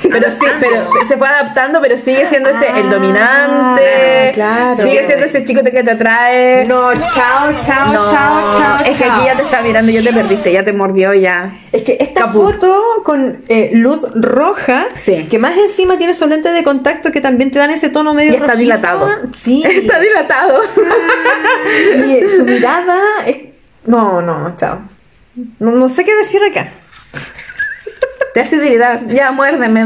Speaker 2: Pero sí, pero se fue adaptando, pero sigue siendo ese el
Speaker 1: Ah,
Speaker 2: dominante.
Speaker 1: claro.
Speaker 2: Sigue siendo ese chico que te atrae.
Speaker 1: No, chao, chao,
Speaker 2: Eh. No,
Speaker 1: chao, chao.
Speaker 2: es que aquí ya te está mirando, ya te perdiste, ya te mordió, ya.
Speaker 1: Es que esta
Speaker 2: Caput.
Speaker 1: foto con eh, luz roja,
Speaker 2: Sí.
Speaker 1: que más encima tiene esos lentes de contacto que también te dan ese tono medio
Speaker 2: Y está
Speaker 1: rojizo.
Speaker 2: dilatado.
Speaker 1: Sí.
Speaker 2: Está dilatado.
Speaker 1: y eh, su mirada es... No, no, chao. No, no sé qué decir acá.
Speaker 2: Te hace dilatar. Ya, muérdeme,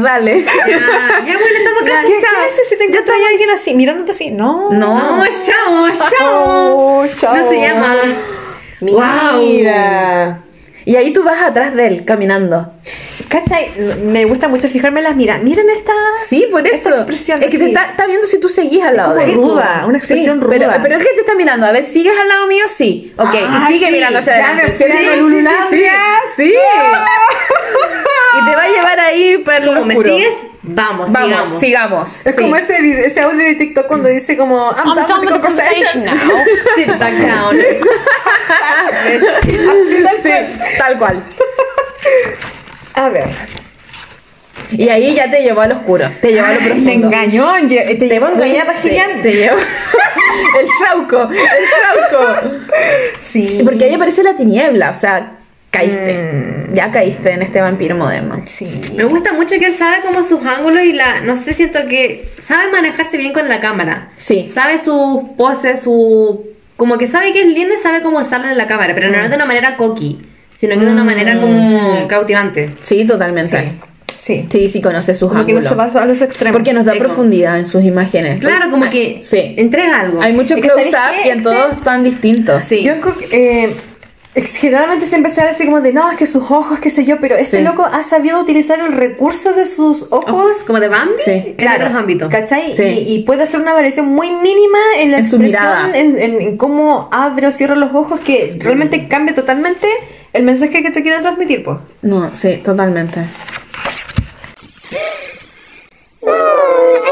Speaker 2: dale.
Speaker 3: Ya, Ah, ya bueno, estamos acá.
Speaker 2: Ya,
Speaker 1: ¿Qué,
Speaker 2: Ah, chao.
Speaker 1: qué haces si te encuentras a alguien así, mirándote así? No.
Speaker 2: No.
Speaker 3: No, chao,
Speaker 1: Chao,
Speaker 3: chao.
Speaker 1: chao.
Speaker 3: No se llama.
Speaker 1: Mira.
Speaker 2: Y ahí tú vas atrás de él, caminando.
Speaker 1: ¿Cachai? Me gusta mucho fijarme en las miradas. Miren esta...
Speaker 2: Sí, por
Speaker 1: Esa
Speaker 2: eso.
Speaker 1: expresión,
Speaker 2: Es que te
Speaker 1: sí.
Speaker 2: está, está viendo si tú seguís al lado
Speaker 1: como
Speaker 2: de él.
Speaker 1: ruda, una expresión
Speaker 2: pero-
Speaker 1: ruda.
Speaker 2: Pero, es que te está mirando. A ver, ¿sigues al lado mío? Sí. Ok,
Speaker 1: Ah,
Speaker 2: y sigue
Speaker 1: sí,
Speaker 2: mirando hacia
Speaker 1: ya
Speaker 2: adelante.
Speaker 1: me fui a la
Speaker 2: sí,
Speaker 1: Lululandia.
Speaker 2: sí. Y te va a llevar ahí para lo
Speaker 3: Como me
Speaker 2: oscuro.
Speaker 3: sigues, vamos,
Speaker 2: Vamos,
Speaker 3: sigamos.
Speaker 2: sigamos.
Speaker 1: Es
Speaker 2: sí.
Speaker 1: como ese, video- ese audio de TikTok cuando dice como... I'm, done with the conversation.
Speaker 3: Sit back down.
Speaker 1: Así tal
Speaker 2: Sí,
Speaker 1: cual.
Speaker 2: tal cual.
Speaker 1: A ver.
Speaker 2: Y ahí ya te llevó al oscuro. Te llevó a lo profundo.
Speaker 1: Te engañó, lle- te llevó engañada para
Speaker 2: Sí,
Speaker 1: Chillán.
Speaker 2: Te llevó. el Shauco, el Shauco.
Speaker 1: Sí.
Speaker 2: Y Porque ahí aparece la tiniebla, o sea, caíste.
Speaker 1: Mm.
Speaker 2: Ya caíste en este vampiro moderno.
Speaker 1: Sí.
Speaker 3: Me gusta mucho que él sabe como sus ángulos y la, no sé, siento que sabe manejarse bien con la cámara.
Speaker 2: Sí.
Speaker 3: Sabe sus poses, su... Como que sabe que es lindo y sabe cómo usarlo en la cámara, pero no de una manera coqui, sino que de una manera como cautivante.
Speaker 2: Sí, totalmente.
Speaker 1: Sí. Sí.
Speaker 2: Sí, sí, conoce sus
Speaker 1: Como que no
Speaker 2: ángulos.
Speaker 1: se va a los extremos.
Speaker 2: Porque nos da
Speaker 3: Eco.
Speaker 2: profundidad en sus imágenes. Ah,
Speaker 3: Claro, como que
Speaker 2: Sí.
Speaker 3: entrega algo.
Speaker 2: Hay mucho
Speaker 1: Es que, ¿sabes
Speaker 2: close-up
Speaker 1: qué? Este
Speaker 2: y en todos están distintos.
Speaker 3: Sí.
Speaker 1: Yo creo que, eh, ex- generalmente siempre se habla así como de no, es que sus ojos, qué sé yo, pero este
Speaker 2: Sí.
Speaker 1: loco ha sabido utilizar el recurso de sus ojos.
Speaker 3: Ojos como de Bambi
Speaker 2: Sí.
Speaker 3: en otros ámbitos.
Speaker 1: ¿Cachai?
Speaker 2: Sí.
Speaker 1: Y, y puede hacer una variación muy mínima en la
Speaker 2: En su
Speaker 1: expresión,
Speaker 2: mirada.
Speaker 1: en, en- en cómo abre o cierra los ojos, que realmente cambia totalmente el mensaje que te quieren transmitir, pues.
Speaker 2: No, sí, totalmente.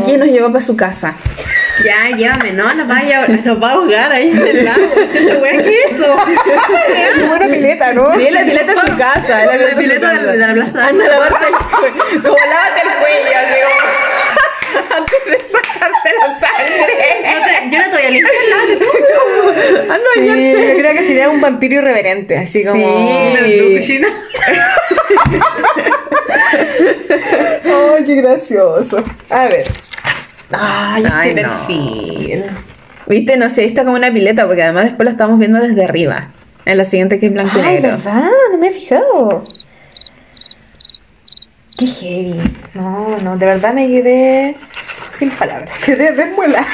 Speaker 2: Y nos llevó para su casa.
Speaker 3: Ya, llévame, no, nos va a, llevar- nos va a ahogar ahí en el lago. Esta wea, ¿Qué es eso?
Speaker 1: buena pileta, ¿no?
Speaker 2: Sí, la pileta es su casa.
Speaker 3: La
Speaker 2: es su
Speaker 3: pileta de-
Speaker 2: casa.
Speaker 3: de la plaza.
Speaker 2: Anda, lávate el cuello. Como lávate el cuello, así como- Antes de sacarte la sangre.
Speaker 3: No te- yo no te voy a limpiar el lago.
Speaker 2: Anda,
Speaker 1: Sí,
Speaker 2: ya.
Speaker 1: yo creo que sería un vampiro irreverente, así como.
Speaker 2: Sí.
Speaker 3: Tu cuchina.
Speaker 1: ¡Ay, qué gracioso! A ver. ¡Ay,
Speaker 2: Ay,
Speaker 1: este
Speaker 2: no.
Speaker 1: perfil!
Speaker 2: Viste, no sé, está como una pileta, porque además después lo estamos viendo desde arriba. En la siguiente que es blanco y
Speaker 1: ¡Ay,
Speaker 2: negro.
Speaker 1: verdad! No me he fijado. ¡Qué heavy! No, no, de verdad me quedé sin palabras. Quedé desmuela.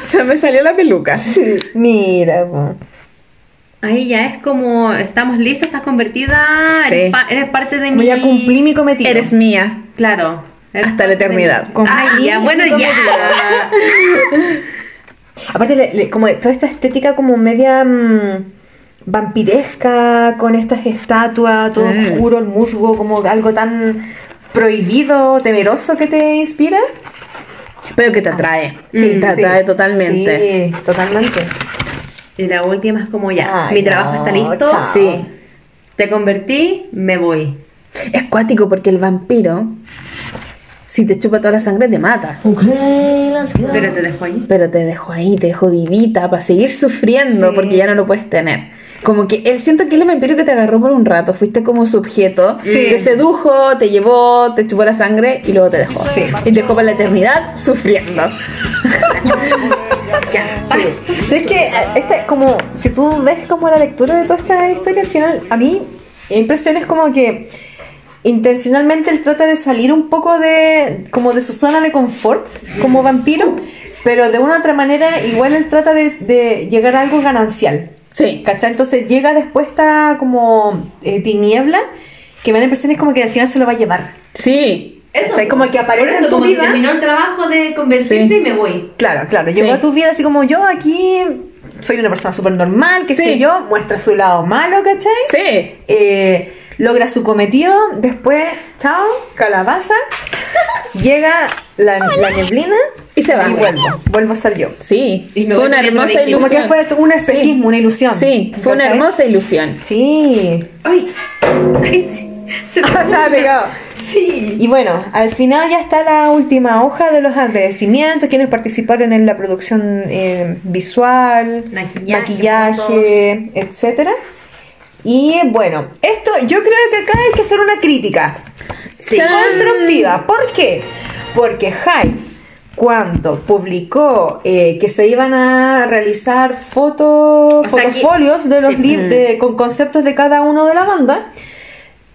Speaker 2: Se me salió la peluca.
Speaker 1: Mira, po.
Speaker 3: Ahí ya es como, estamos listos, estás convertida,
Speaker 2: Sí.
Speaker 3: eres, pa- eres parte de mi...
Speaker 1: Ya cumplí mi cometido.
Speaker 2: Eres mía.
Speaker 3: Claro. eres
Speaker 2: Hasta la
Speaker 3: parte de mi-
Speaker 2: eternidad.
Speaker 3: Ay,
Speaker 1: Cumplí
Speaker 3: ya,
Speaker 1: mi
Speaker 3: bueno, ya.
Speaker 1: Aparte, le- le- como toda esta estética como media mm, vampiresca, con estas estatuas, todo
Speaker 2: Mm.
Speaker 1: oscuro, el musgo, como algo tan prohibido, temeroso que te inspira.
Speaker 2: Pero que te atrae. Sí, te atrae totalmente.
Speaker 1: Mm, Sí, totalmente.
Speaker 3: Y la última es como ya,
Speaker 1: Ay,
Speaker 3: mi
Speaker 1: no,
Speaker 3: trabajo está listo,
Speaker 1: chao.
Speaker 2: Sí.
Speaker 3: te convertí, me voy.
Speaker 2: Es cuático porque el vampiro, si te chupa toda la sangre, te mata.
Speaker 3: Pero te dejo ahí.
Speaker 2: Pero te dejó ahí, te dejó vivita para seguir sufriendo
Speaker 1: Sí.
Speaker 2: porque ya no lo puedes tener. Como que él siento que él es el vampiro que te agarró por un rato, fuiste como sujeto, te sedujo, te llevó, te chupó la sangre y luego te dejó.
Speaker 1: Sí.
Speaker 2: Y te dejó para la eternidad sufriendo.
Speaker 1: Sí. ¿Sabes qué? Esta, este, como, si tú ves como la lectura de toda esta historia, al final, a mí, impresión es como que intencionalmente él trata de salir un poco de, como de su zona de confort como vampiro, pero de una u otra manera igual él trata de, de llegar a algo ganancial.
Speaker 2: Sí.
Speaker 1: ¿Cachai? Entonces llega después esta como eh, tiniebla que me da la impresión es como que al final se lo va a llevar.
Speaker 2: Sí.
Speaker 1: Eso, O sea, como que aparece por eso, en tu como vida. terminó
Speaker 3: el trabajo de
Speaker 2: convertirte Sí. y
Speaker 3: me voy.
Speaker 1: Claro, claro. Llegó
Speaker 2: Sí.
Speaker 1: a tu vida así como yo aquí soy una persona súper normal, qué
Speaker 2: Sí.
Speaker 1: sé yo, muestra su lado malo, ¿cachai?
Speaker 2: Sí.
Speaker 1: Eh, logra su cometido, después, chao, calabaza, llega la, la neblina
Speaker 2: Y se va.
Speaker 1: y vuelvo, vuelvo a ser yo.
Speaker 2: Sí.
Speaker 3: Y me
Speaker 2: Fue
Speaker 3: voy
Speaker 2: una
Speaker 3: poniendo
Speaker 2: hermosa
Speaker 3: veinte.
Speaker 2: ilusión.
Speaker 1: Como que fue un espejismo, una ilusión.
Speaker 2: Sí, fue una
Speaker 1: ¿cachai?
Speaker 2: hermosa ilusión.
Speaker 1: Sí,
Speaker 3: Ay, ay, sí. Se me-
Speaker 1: estaba pegado.
Speaker 3: Sí.
Speaker 1: Y bueno, al final ya está la última hoja de los agradecimientos, quienes participaron en la producción eh, visual,
Speaker 3: Maquillaje,
Speaker 1: maquillaje, etcétera. Y bueno, esto yo creo que acá hay que hacer una crítica
Speaker 2: Sí.
Speaker 1: constructiva. ¿Por qué? Porque Hype, cuando publicó eh, que se iban a realizar fotos,
Speaker 3: O sea, aquí-
Speaker 1: fotofolios de los
Speaker 3: sí. Mm.
Speaker 1: lib- de- con conceptos de cada uno de la banda,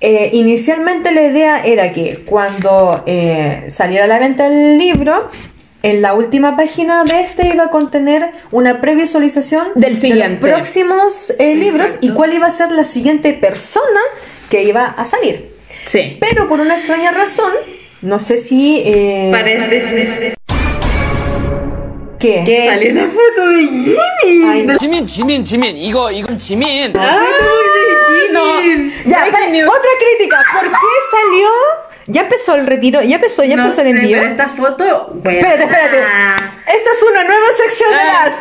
Speaker 1: eh, inicialmente la idea era que cuando eh, saliera a la venta el libro, en la última página de este iba a contener una previsualización
Speaker 2: Del
Speaker 1: de
Speaker 2: siguiente.
Speaker 1: los próximos eh, libros y cuál iba a ser la siguiente persona que iba a salir.
Speaker 2: Sí.
Speaker 1: Pero por una extraña razón, no sé si... eh,
Speaker 3: Paréntesis.
Speaker 1: Eh, ¿Qué?
Speaker 3: Salió una foto de Jimmy.
Speaker 1: Ay, no.
Speaker 5: 지민 지민 지민 이거 이건 지민
Speaker 2: Ah, no.
Speaker 1: Ya,
Speaker 2: Breaking
Speaker 1: pa-
Speaker 2: news.
Speaker 1: otra crítica. ¿Por qué salió? Ya empezó el retiro, ya empezó, ya
Speaker 3: No
Speaker 1: empezó el
Speaker 3: sé,
Speaker 1: envío.
Speaker 3: pero esta foto. Ah, bueno.
Speaker 1: Espérate, espérate. Esta es una nueva sección de
Speaker 2: Ah.
Speaker 1: las.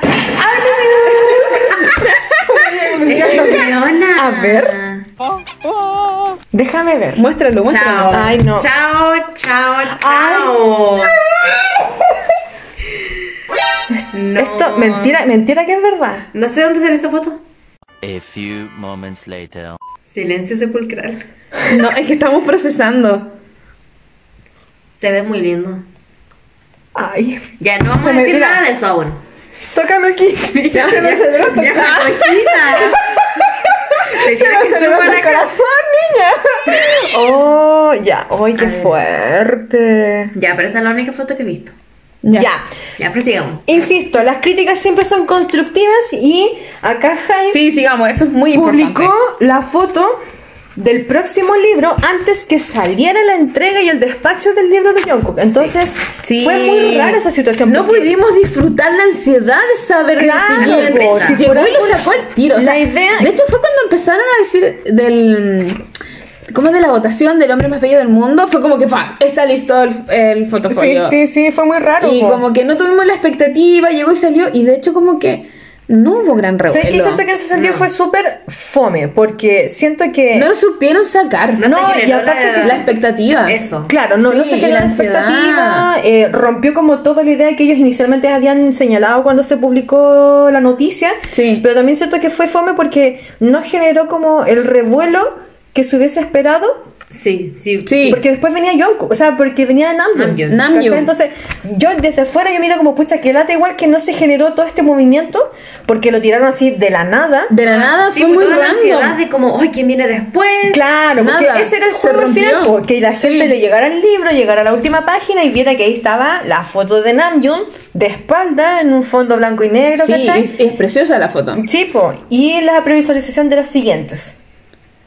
Speaker 1: amigas.
Speaker 3: Es leona.
Speaker 1: A ver. Déjame ver.
Speaker 2: Muéstralo,
Speaker 3: Chao.
Speaker 2: muéstralo.
Speaker 1: Ay, no.
Speaker 3: Chao, chao, chao. No.
Speaker 1: Esto, mentira, mentira que es verdad.
Speaker 3: No sé dónde sale esa foto.
Speaker 6: A few moments later.
Speaker 3: Silencio sepulcral.
Speaker 2: No, es que estamos procesando.
Speaker 3: Se ve muy lindo.
Speaker 1: Ay,
Speaker 3: Ya no vamos
Speaker 1: Se
Speaker 3: a
Speaker 1: me-
Speaker 3: decir
Speaker 1: mira.
Speaker 3: nada de eso aún.
Speaker 1: tócame aquí. Se me aceleró el
Speaker 3: Ya,
Speaker 1: corazón.
Speaker 3: cochina. Te
Speaker 1: Se me
Speaker 3: quieres que
Speaker 1: aceleró
Speaker 3: suba
Speaker 1: el
Speaker 3: la cara.
Speaker 1: corazón, niña. Oh, ya. Ay, qué
Speaker 3: A ver.
Speaker 1: fuerte.
Speaker 3: Ya, pero esa es la única foto que he visto.
Speaker 2: Ya.
Speaker 1: ya.
Speaker 3: Ya, prosigamos.
Speaker 1: Insisto, las críticas siempre son constructivas y acá Jaime
Speaker 2: Sí, sigamos, eso es muy
Speaker 1: publicó
Speaker 2: importante.
Speaker 1: la foto del próximo libro antes que saliera la entrega y el despacho del libro de Jungkook. Entonces,
Speaker 2: Sí.
Speaker 1: fue muy rara esa situación.
Speaker 2: No
Speaker 1: porque
Speaker 2: pudimos disfrutar la ansiedad de saber
Speaker 1: Claro,
Speaker 2: el siguiente.
Speaker 1: po, si
Speaker 2: Llegó
Speaker 1: por
Speaker 2: y lo
Speaker 1: alguna-
Speaker 2: sacó el tiro. o sea,
Speaker 1: La idea-
Speaker 2: De hecho, fue cuando empezaron a decir del. ¿Cómo es de la votación del hombre más bello del mundo? Fue como que, fa, está listo el, el
Speaker 1: Sí,
Speaker 2: fotofolio.
Speaker 1: sí, sí, fue muy raro.
Speaker 2: Y
Speaker 1: po.
Speaker 2: como que no tuvimos la expectativa, llegó y salió. Y de hecho, como que no hubo gran
Speaker 1: ¿Sabes qué?
Speaker 2: revuelo.
Speaker 1: Siento que en ese sentido fue súper fome, porque siento que...
Speaker 2: No lo supieron sacar.
Speaker 3: No,
Speaker 1: No,
Speaker 3: se
Speaker 1: y
Speaker 3: generó
Speaker 1: aparte que
Speaker 2: la expectativa.
Speaker 3: Eso.
Speaker 1: Claro, no, no
Speaker 2: Sí,
Speaker 1: se
Speaker 2: y
Speaker 1: generó
Speaker 2: la
Speaker 1: la expectativa,
Speaker 2: ansiedad.
Speaker 1: eh, rompió como toda la idea que ellos inicialmente habían señalado cuando se publicó la noticia,
Speaker 2: Sí.
Speaker 1: pero también siento que fue fome porque no generó como el revuelo que se hubiese esperado,
Speaker 3: Sí, sí.
Speaker 2: Sí.
Speaker 1: porque después venía Jungkook, o sea, porque venía Namjoon.
Speaker 3: Namjoon.
Speaker 2: Namjoon.
Speaker 1: ¿cachai? Entonces, yo desde fuera yo miro como, pucha, que lata igual que no se generó todo este movimiento, porque lo tiraron así de la nada.
Speaker 2: De la nada
Speaker 3: Sí,
Speaker 1: pues,
Speaker 2: fue muy
Speaker 3: toda la
Speaker 2: random.
Speaker 3: ansiedad de como, ay, ¿quién viene después?
Speaker 1: Claro, porque
Speaker 2: Nada,
Speaker 1: ese era el
Speaker 2: se
Speaker 1: juego al final,
Speaker 2: rompió.
Speaker 1: porque la gente
Speaker 2: Sí.
Speaker 1: le llegara el libro, llegara a la última página y viera que ahí estaba la foto de Namjoon de espalda en un fondo blanco y negro,
Speaker 2: Sí,
Speaker 1: ¿cachai?
Speaker 2: es, es preciosa la foto.
Speaker 1: Sí, po, y la previsualización de las siguientes.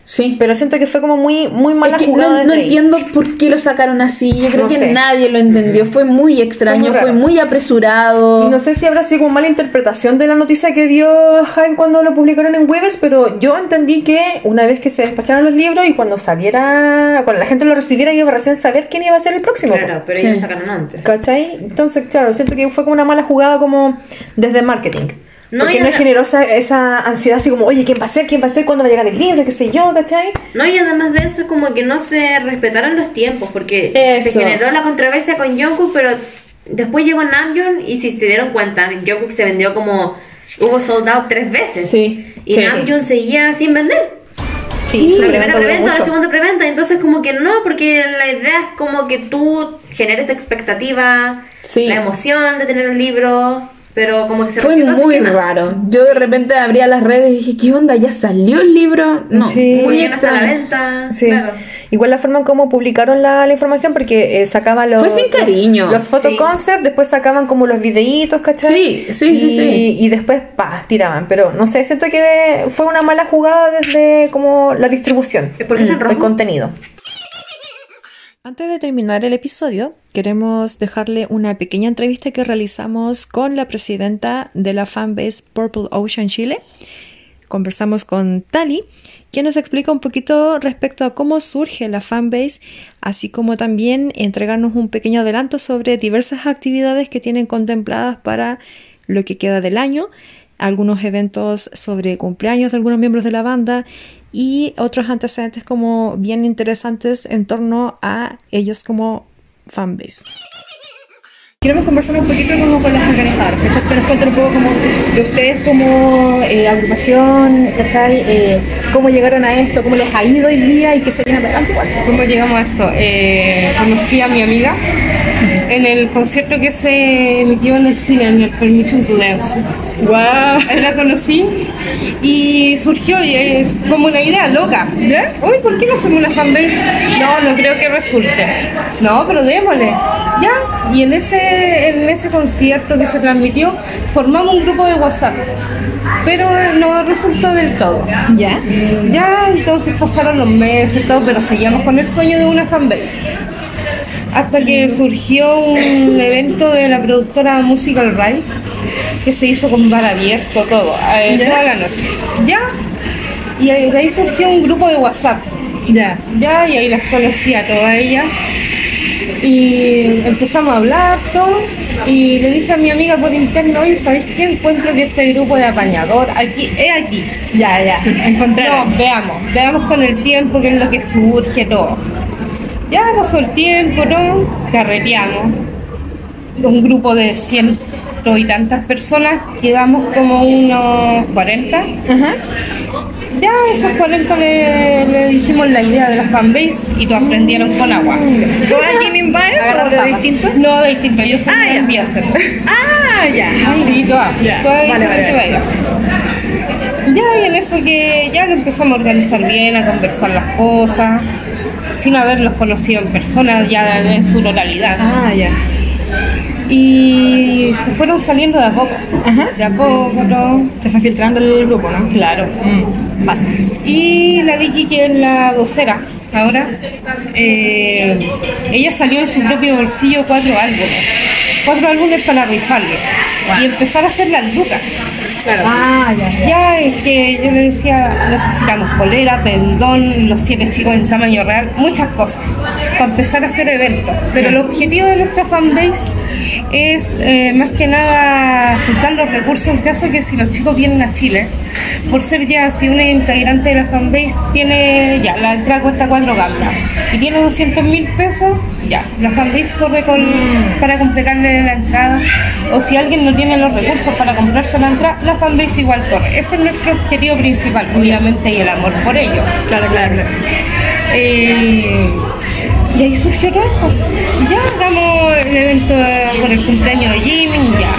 Speaker 2: Sí.
Speaker 1: Pero siento que fue como muy, muy mala
Speaker 2: Es que
Speaker 1: jugada.
Speaker 2: no, no
Speaker 1: desde ahí.
Speaker 2: entiendo por qué lo sacaron así. Yo creo
Speaker 1: No
Speaker 2: que
Speaker 1: sé.
Speaker 2: nadie lo entendió. Fue muy
Speaker 1: Fue
Speaker 2: extraño,
Speaker 1: muy raro.
Speaker 2: fue muy apresurado.
Speaker 3: Oh.
Speaker 1: Y no sé si habrá sido como mala interpretación de la noticia que dio Hyde cuando lo publicaron en Weavers, pero yo entendí que una vez que se despacharon los libros y cuando saliera, cuando la gente lo recibiera, iba a recién saber quién iba a ser el próximo.
Speaker 3: Claro, pero
Speaker 2: Sí.
Speaker 3: ellos sacaron antes.
Speaker 1: ¿Cachai? Entonces, claro, siento que fue como una mala jugada como desde marketing.
Speaker 3: No,
Speaker 1: porque
Speaker 3: y
Speaker 1: no
Speaker 3: ahora-
Speaker 1: generó esa, esa ansiedad así como, oye, ¿quién va a ser? ¿Quién va a ser? ¿Cuándo va a llegar el libro? ¿Qué sé yo? ¿Cachai?
Speaker 3: No, y además de eso, como que no se respetaron los tiempos, porque se
Speaker 2: Eso.
Speaker 3: generó la controversia con Jungkook, pero después llegó Namjoon y si se dieron cuenta, Jungkook se vendió como... Hubo sold out tres veces.
Speaker 2: Sí,
Speaker 3: Y
Speaker 2: sí.
Speaker 3: Namjoon seguía sin vender.
Speaker 2: Sí,
Speaker 3: la
Speaker 1: me
Speaker 3: primera
Speaker 1: acuerdo
Speaker 3: preventa, la
Speaker 1: mucho.
Speaker 3: segunda preventa, entonces como que no, porque la idea es como que tú generes expectativa,
Speaker 2: Sí.
Speaker 3: la emoción de tener el libro, pero como que se
Speaker 2: Fue
Speaker 3: rompió todo ese
Speaker 2: muy
Speaker 3: esquema.
Speaker 2: raro. Yo de repente abría las redes y dije, ¿qué onda? ¿Ya salió el libro? No,
Speaker 1: Sí.
Speaker 2: muy
Speaker 3: Muy bien hasta la
Speaker 2: extraño.
Speaker 3: venta,
Speaker 1: Sí.
Speaker 3: claro.
Speaker 1: Igual la forma en cómo publicaron la, la información, porque eh, sacaban los.
Speaker 2: Fue sin
Speaker 1: los-
Speaker 2: cariño.
Speaker 1: Los, photo
Speaker 3: Sí.
Speaker 1: concept, después sacaban como los videitos, ¿cachai?
Speaker 2: Sí, sí, sí,
Speaker 1: Y-
Speaker 2: sí.
Speaker 1: Y después, pa, tiraban. Pero no sé, siento que fue una mala jugada desde como la distribución
Speaker 3: ¿Y por qué está en
Speaker 1: del
Speaker 3: rojo?
Speaker 1: contenido. Antes de terminar el episodio, queremos dejarle una pequeña entrevista que realizamos con la presidenta de la fanbase Purple Ocean Chile. Conversamos con Tali, quien nos explica un poquito respecto a cómo surge la fanbase, así como también entregarnos un pequeño adelanto sobre diversas actividades que tienen contempladas para lo que queda del año, algunos eventos sobre cumpleaños de algunos miembros de la banda y otros antecedentes como bien interesantes en torno a ellos como fanbase. Queremos conversar un poquito como con las organizadoras, ¿cachai? Que nos cuenten un poco como de ustedes como eh, agrupación, ¿cachai? Eh, ¿Cómo llegaron a esto? ¿Cómo les ha ido el día y qué se viene adelante? Bueno,
Speaker 7: ¿Cómo llegamos a esto? Eh, conocí a mi amiga en el concierto que se emitió en el cine, en el Permission to Dance.
Speaker 1: ¡Wow!
Speaker 7: Ahí la conocí y surgió y es como una idea loca.
Speaker 1: ¿Ya?
Speaker 7: Uy, ¿por qué no hacemos una fanbase? No, no creo que resulte. No, pero démosle. Ya. Y en ese, en ese concierto que se transmitió, formamos un grupo de WhatsApp. Pero eh, no resultó del todo.
Speaker 1: ¿Ya?
Speaker 7: Ya, entonces pasaron los meses, todo, pero seguíamos con el sueño de una fanbase. Hasta que surgió un evento de la productora Musical Rai, que se hizo con bar abierto, todo, eh, toda la noche. Ya, y ahí- de ahí surgió un grupo de WhatsApp.
Speaker 1: Ya.
Speaker 7: Ya, y ahí las conocí a todas ellas. Y empezamos a hablar todo. Y le dije a mi amiga por interno, oye, ¿sabéis qué? Encuentro que este grupo de apañador, aquí, es aquí.
Speaker 1: Ya, ya.
Speaker 7: No, veamos, veamos con el tiempo qué es lo que surge todo. Ya pasó el tiempo, ¿no? Carreteamos. Un grupo de ciento y tantas personas, quedamos como unos 40.
Speaker 1: Ajá.
Speaker 7: Ya a esos 40 le, le dijimos la idea de la fanbase y lo aprendieron con agua.
Speaker 1: ¿Tú alguien invades o Mm. de
Speaker 7: Agarramos.
Speaker 1: distinto?
Speaker 7: No, de distinto, yo soy
Speaker 1: ya.
Speaker 7: de Biaser.
Speaker 1: Ah, ya.
Speaker 7: Sí, todas.
Speaker 1: Ya,
Speaker 7: Todas
Speaker 1: vale, vale,
Speaker 7: diferentes
Speaker 1: vale.
Speaker 7: bailes. Ya, y en eso que ya lo empezamos a organizar bien, a conversar las cosas, sin haberlos conocido en persona, ya en su totalidad.
Speaker 1: Ah, ya.
Speaker 7: Y se fueron saliendo de a poco.
Speaker 1: Ajá.
Speaker 7: De a poco, ¿no?
Speaker 1: Se fue filtrando el grupo, ¿no? Mm.
Speaker 7: Claro.
Speaker 1: Pasa.
Speaker 7: Y la Vicky, que es la vocera ahora, eh, ella salió de su propio bolsillo cuatro álbumes. Cuatro álbumes para rifarlo y empezar a hacer las lucas.
Speaker 1: Ah, ya.
Speaker 7: Ya es que yo le decía, necesitamos polera, pendón, los siete chicos en tamaño real, muchas cosas, para empezar a hacer eventos. Pero el objetivo de nuestra fanbase es eh, más que nada juntar los recursos en caso que si los chicos vienen a Chile, por ser ya, si una integrante de la fanbase tiene, ya, la entrada cuesta cuatro gambas y tiene 200 mil pesos, ya, la fanbase corre con, para completarle la entrada. O si alguien no tiene los recursos para comprarse la entrada, la fanbase igual corre. Ese es nuestro objetivo principal, obviamente, y el amor por ello. Eh, Claro, claro. y ahí surgió todo esto. Ya hagamos el evento por el cumpleaños de Jimmy, ya.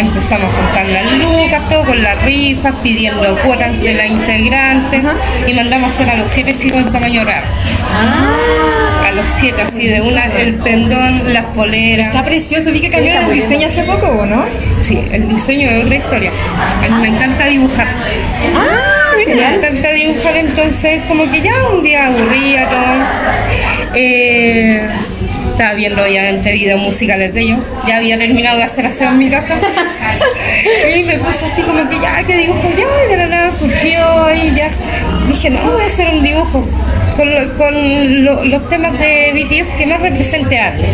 Speaker 7: Empezamos a contar las lucas, todo con las rifas, pidiendo cuotas entre Ah. las integrantes y mandamos a hacer a los siete chicos en tamaño real. A los siete, así de una, el pendón, las poleras.
Speaker 1: Ah,
Speaker 8: Está precioso, vi que cambiaron
Speaker 7: está
Speaker 8: el
Speaker 7: muy
Speaker 8: diseño hace poco, ¿o ¿no?
Speaker 7: Sí, el diseño es otra historia. A mí me encanta dibujar.
Speaker 1: Ah,
Speaker 7: me encanta dibujar, entonces como que ya un día aburría, todo. Eh, estaba viendo obviamente videos musicales de ellos. Ya había terminado de hacer aseo en mi casa. y me puse así como que ya, que dibujo ya, y de la nada surgió y ya. Dije, no, voy a hacer un dibujo con, lo- con lo- los temas de BTS que más represente arte.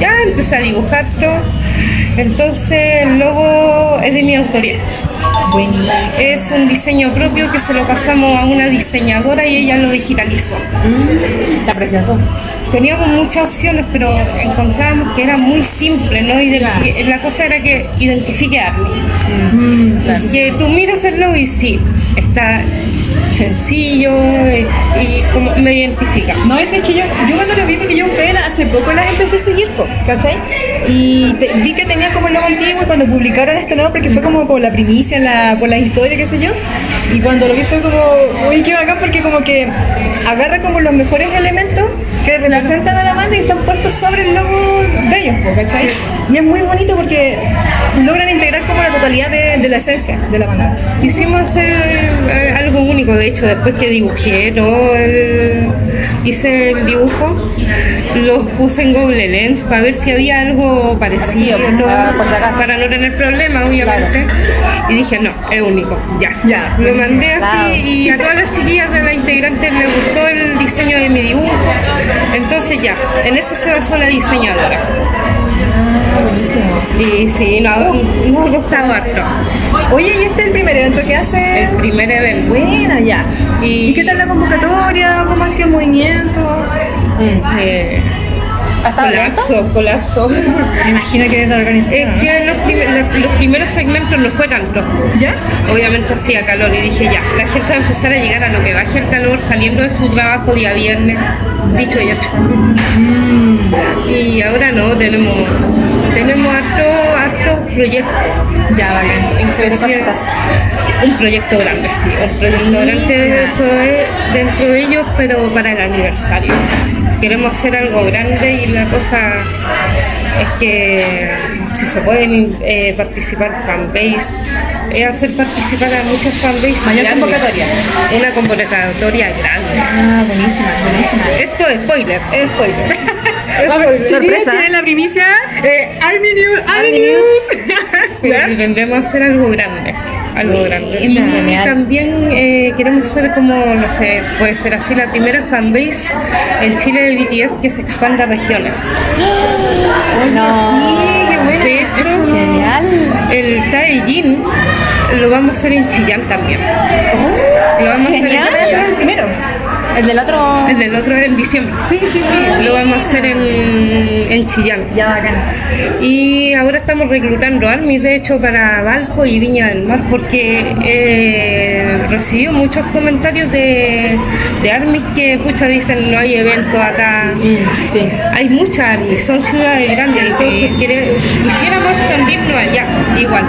Speaker 7: Ya empecé a dibujar todo. Entonces el logo es de mi autoría. Es un diseño propio que se lo pasamos a una diseñadora y ella lo digitalizó.
Speaker 8: Está precioso.
Speaker 7: Teníamos muchas opciones, pero encontrábamos que era muy simple, ¿no? Identi- La cosa era que identifique algo. Que tú miras el logo y sí, está sencillo eh, y como me identifica.
Speaker 8: No, ese es que yo, yo cuando lo vi, porque yo ustedes la- hace poco las empecé a seguir, po, ¿cachai? Y te- vi que tenían como el logo antiguo y cuando publicaron esto nuevo, porque fue como por la primicia, la, por la historia, qué sé yo. Y cuando lo vi fue como, uy, qué bacán, porque como que agarra como los mejores elementos que representan a la banda y están puestos sobre el logo de ellos, po, ¿cachai? Y es muy bonito porque logran integrar como la totalidad de, de la esencia de la banda.
Speaker 7: Quisimos hacer eh, algo único, de hecho, después que dibujé, todo el- hice el dibujo, lo puse en Google Lens para ver si había algo parecido,
Speaker 8: Parecido,
Speaker 7: todo,
Speaker 8: ah, por si acaso.
Speaker 7: para no tener problemas, obviamente. Y dije, no, es único, ya.
Speaker 8: Ya.
Speaker 7: Lo mandé así y a todas las chiquillas de la integrante les gustó el diseño de mi dibujo. Entonces ya, en eso se basó la diseñadora.
Speaker 8: Ah,
Speaker 7: Y sí, nos, nos ha gustado harto
Speaker 8: Oye, ¿y este es el primer evento que hace?
Speaker 7: el primer evento.
Speaker 8: Buena, ya.
Speaker 7: Y-
Speaker 8: ¿Y qué tal la convocatoria? ¿Cómo ha sido el movimiento?
Speaker 7: Eh, colapso, colapso.
Speaker 8: Me imagino que es la organización.
Speaker 7: es que los, prim- la- los primeros segmentos no fue tanto.
Speaker 8: ¿no? ¿Ya?
Speaker 7: Obviamente hacía calor y dije ya, la gente va a empezar a llegar a lo que baje el calor saliendo de su trabajo día viernes, dicho y hecho. Y ahora no, tenemos tenemos harto, harto proyectos. Ya, vale.
Speaker 8: cositas. Mm.
Speaker 7: Un proyecto grande, sí. Un proyecto grande, eso es dentro de ellos, pero para el aniversario. Queremos hacer algo grande y la cosa es que si se pueden eh, participar fanbase, es hacer participar a muchas fanbase.
Speaker 8: Mayor
Speaker 7: grandes.
Speaker 8: convocatoria.
Speaker 7: Una convocatoria grande.
Speaker 8: Ah, buenísima, buenísima.
Speaker 7: Esto es spoiler, es spoiler.
Speaker 8: Sorpresa. Tienen la primicia. Eh, Army News. Army News.
Speaker 7: Pero Intentemos hacer algo grande, algo grande. Y
Speaker 8: genial.
Speaker 7: también eh, queremos ser como, no sé, puede ser así la primera fanbase en Chile de BTS que se expanda a regiones.
Speaker 8: Sí, qué buena.
Speaker 7: De hecho, el Taejin lo vamos a hacer en Chillán también. Lo vamos a hacer en
Speaker 8: Oh, Genial. Voy a ser el primero. El del otro.
Speaker 7: El del otro es en diciembre.
Speaker 8: Sí, sí, sí.
Speaker 7: Lo vamos a hacer en, en Chillán.
Speaker 8: Ya bacán.
Speaker 7: Y ahora estamos reclutando armies, de hecho, para Valpo y Viña del Mar, porque eh, recibí muchos comentarios de, de armies que, escucha, dicen no hay eventos acá.
Speaker 8: Sí.
Speaker 7: Hay muchas armies, son ciudades grandes, entonces quiere- quisiéramos expandirnos allá, igual.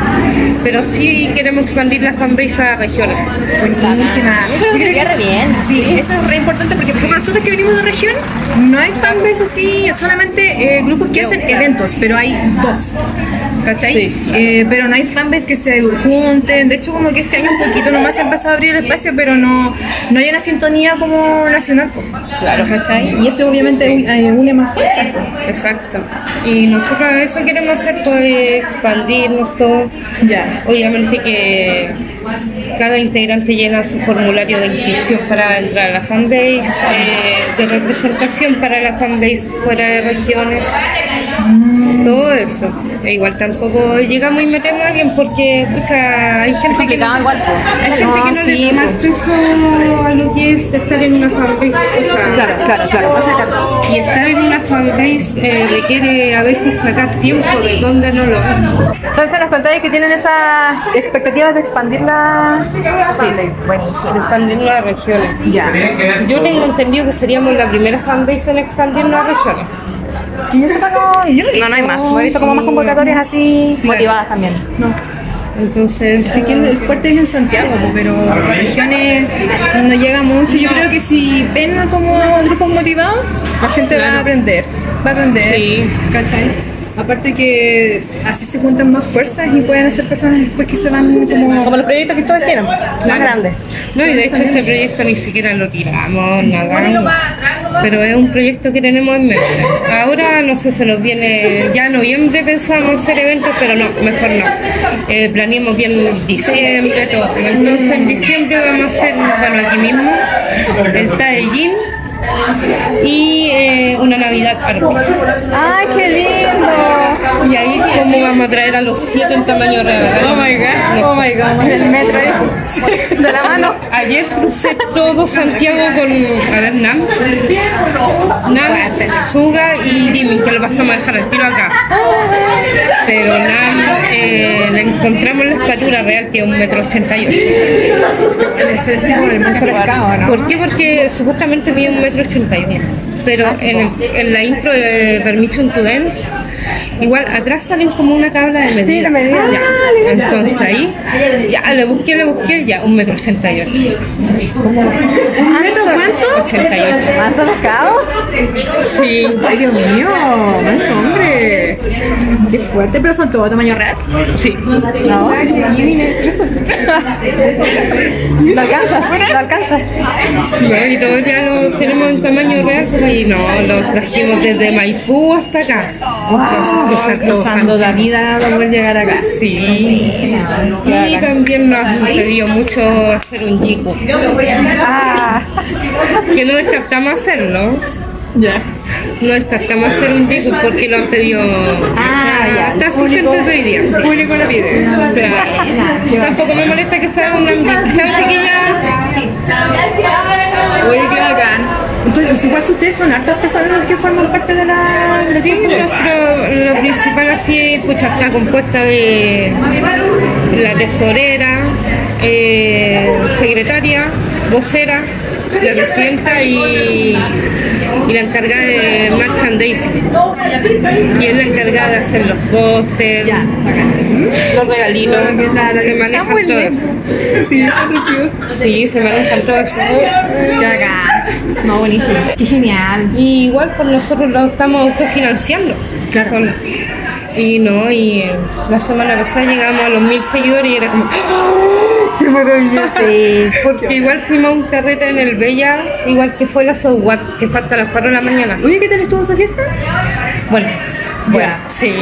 Speaker 7: Pero sí queremos expandir la fanbase a regiones.
Speaker 8: Buenísima. Yo creo
Speaker 9: que queda bien.
Speaker 8: Sí, eso es re importante porque, por ejemplo, nosotros que venimos de región, no hay fanbase así, solamente eh, grupos que hacen eventos, pero hay dos. ¿Cachai? Eh, pero no hay fanbase que se junten. De hecho, como que este año un poquito nomás se ha empezado a abrir el espacio, pero no, no hay una sintonía como nacional. Claro. ¿Cachai? Y eso obviamente un- eh, une más fuerza. po.
Speaker 7: Exacto. Y nosotros eso queremos hacer, pues expandirnos todo.
Speaker 8: Ya.
Speaker 7: Obviamente que cada integrante llena su formulario de inscripción para entrar a la fanbase, eh, de representación para la fanbase fuera de regiones,
Speaker 9: Mm.
Speaker 7: todo eso. E igual tampoco llegamos y metemos a alguien porque pucha, hay gente que no,
Speaker 9: igual, pues.
Speaker 7: hay gente
Speaker 9: No,
Speaker 7: que no
Speaker 9: sí,
Speaker 7: le toma acceso a lo que es estar en una fanbase. pucha.
Speaker 8: claro, claro.
Speaker 7: Y estar en una fanbase eh, requiere a veces sacar tiempo de donde no lo hago.
Speaker 8: Entonces nos contáis que tienen esas expectativas de expandir la... Sí, buenísimo.
Speaker 7: Expandirlo a regiones.
Speaker 8: Ya.
Speaker 7: Yo tengo entendido que seríamos la primera fanbase en expandirnos a regiones.
Speaker 8: Y yo sepa, no, yo no,
Speaker 9: No, no hay más.
Speaker 8: he visto como más convocatorias así motivadas también. No.
Speaker 7: Entonces,
Speaker 8: Aquí el fuerte es en Santiago, pues, pero las regiones no llega mucho. Yo creo que si ven a como grupos motivados, la gente va a aprender. Va a aprender.
Speaker 7: Sí.
Speaker 8: ¿Cachai? Aparte que así se juntan más fuerzas y pueden hacer cosas después que se van como... Como los proyectos que todos tienen, más grandes.
Speaker 7: No, y de hecho este proyecto ni siquiera lo tiramos, nada. Pero es un proyecto que tenemos en mente. Ahora, no sé, se nos viene, ya en noviembre pensamos hacer eventos, pero no, mejor no. Eh, planeamos bien diciembre, todo. Entonces en diciembre vamos a hacer, bueno, aquí mismo, el Tadellín y eh, una Navidad árbol.
Speaker 8: ¡Ay, qué lindo!
Speaker 7: Y ahí cómo vamos a traer a los siete en tamaño real.
Speaker 8: Oh my god, oh my god, el metro ahí, de la mano.
Speaker 7: Ayer crucé todo Santiago con, a ver, Nan, Nan, Suga y Jimmy, que lo pasamos a dejar al tiro acá. Pero Nan, eh, le encontramos la estatura real, que es un metro ochenta y ocho. ¿Por qué? Porque supuestamente mide un metro ochenta y ocho. Pero
Speaker 8: Ah,
Speaker 7: en, el- en la intro de Permission to Dance, igual atrás salen como una tabla de medida.
Speaker 8: Sí, la medida. Ah,
Speaker 7: Ya. Entonces ahí, ya, le busqué, le busqué, ya, un metro ochenta y ocho.
Speaker 8: ¿Metro cuánto?
Speaker 7: 88.
Speaker 8: ¿Manso los cabos?
Speaker 7: Sí.
Speaker 8: ¡Ay, Dios mío! ¡Más hombre! ¡Qué fuerte! ¿Pero son todo tamaño real?
Speaker 7: Sí.
Speaker 8: No. ¿Lo alcanzas? ¿Lo alcanzas?
Speaker 7: No, y todos ya lo tenemos en tamaño real pues, y no, los trajimos desde Maipú hasta acá. Los- los- los-
Speaker 8: Cruzando la vida para poder llegar acá.
Speaker 7: Sí. Y también nos ha pedido mucho hacer un yiku,
Speaker 8: ¡Ah!
Speaker 7: que no descartamos hacerlo.
Speaker 8: Ya.
Speaker 7: No descartamos hacer un yiku porque lo han pedido
Speaker 8: Ah, ya,
Speaker 7: hasta
Speaker 8: el público-
Speaker 7: asistentes de hoy día. sí.
Speaker 8: Público lo pide.
Speaker 7: Claro. Tampoco me molesta que sea un ambiente. Chao, chiquillas.
Speaker 8: Oye, qué bacán. Entonces, pues, igual si ustedes son hartas personas que forman parte de la... de la
Speaker 7: Sí,
Speaker 8: cultura.
Speaker 7: nuestro, lo principal así es, pucha, está compuesta de la tesorera, eh, secretaria, vocera, la presidenta y, y la encargada de merchandising. Y es la encargada de hacer los pósters, los regalitos, se maneja todo eso.
Speaker 8: Sí, qué
Speaker 7: Sí, se maneja todo eso.
Speaker 8: bacán. No, buenísimo. Qué genial.
Speaker 7: Y igual por nosotros lo estamos autofinanciando.
Speaker 8: Claro.
Speaker 7: Son- y no, y eh, la semana pasada llegamos a los mil seguidores y era como, ¡Ah!
Speaker 8: Qué maravilloso. Sí.
Speaker 7: porque igual fuimos a un carrete en el Bella, igual que fue la Softwap, que fue hasta las 4 de la mañana.
Speaker 8: Oye, ¿qué tal estuvo esa fiesta?
Speaker 7: Bueno, bueno,
Speaker 8: Ya.
Speaker 7: sí.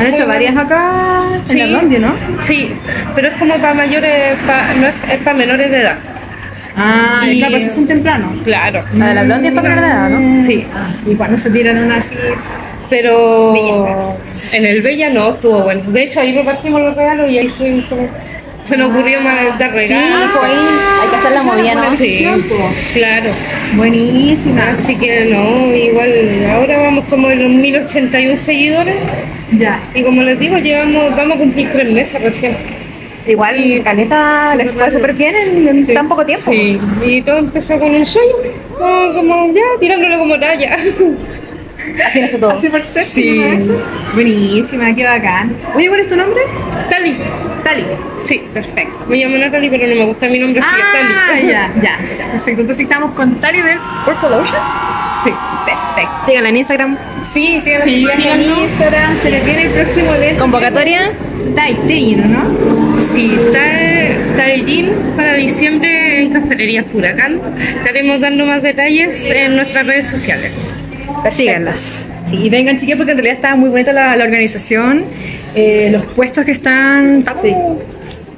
Speaker 8: Han hecho
Speaker 7: Fue-
Speaker 8: varias acá
Speaker 7: Sí.
Speaker 8: en la Blondie, ¿no?
Speaker 7: Sí, pero es como para mayores, pa- no es, es para menores de edad.
Speaker 8: Ah,
Speaker 7: y-
Speaker 8: claro, pero se hacen temprano.
Speaker 7: Claro.
Speaker 8: La de la Blondie es para menor de edad, Mm. Ah, ¿no?
Speaker 7: Sí,
Speaker 8: Y cuando se tiran una así.
Speaker 7: pero en el Bella no estuvo bueno. De hecho, ahí repartimos los regalos y ahí subimos todo. Se nos ocurrió
Speaker 8: Ah,
Speaker 7: mal dar regalos.
Speaker 8: pues
Speaker 9: hay que hacer la movida, ¿no?
Speaker 7: Sí, claro.
Speaker 8: Buenísima.
Speaker 7: Así que no, igual ahora vamos como en los 1081 seguidores
Speaker 8: Ya.
Speaker 7: y como les digo, llevamos, vamos a cumplir tres meses recién.
Speaker 8: Igual, Caneta les fue súper bien en, en tan poco tiempo.
Speaker 7: Sí, y todo empezó con un sueño, como, como ya, tirándolo como talla.
Speaker 8: Así nace todo. Así por ser. Sí. Buenísima, qué bacán. Oye, ¿cuál es tu nombre?
Speaker 7: Tali,
Speaker 8: Tali.
Speaker 7: sí,
Speaker 8: Perfecto.
Speaker 7: me llamo Natalie, pero no me gusta mi nombre, así
Speaker 8: Ah,
Speaker 7: que es Tali.
Speaker 8: ya, ya, ya. Perfecto. Entonces estamos con Tali del Purple Ocean.
Speaker 7: Sí.
Speaker 8: Perfecto.
Speaker 9: Síganla en Instagram.
Speaker 8: Sí, sigan las
Speaker 7: Sí,
Speaker 8: chicas en
Speaker 7: síganos.
Speaker 8: Instagram. Se les viene el próximo evento.
Speaker 9: Convocatoria.
Speaker 8: Dai, te lleno, ¿no?
Speaker 7: Sí, está Tallin para diciembre en Cafetería Furacán. Estaremos dando más detalles en nuestras redes sociales.
Speaker 9: Síganlas.
Speaker 8: Sí, y vengan chicas porque en realidad está muy bonita la, la organización, eh, los puestos que están, está como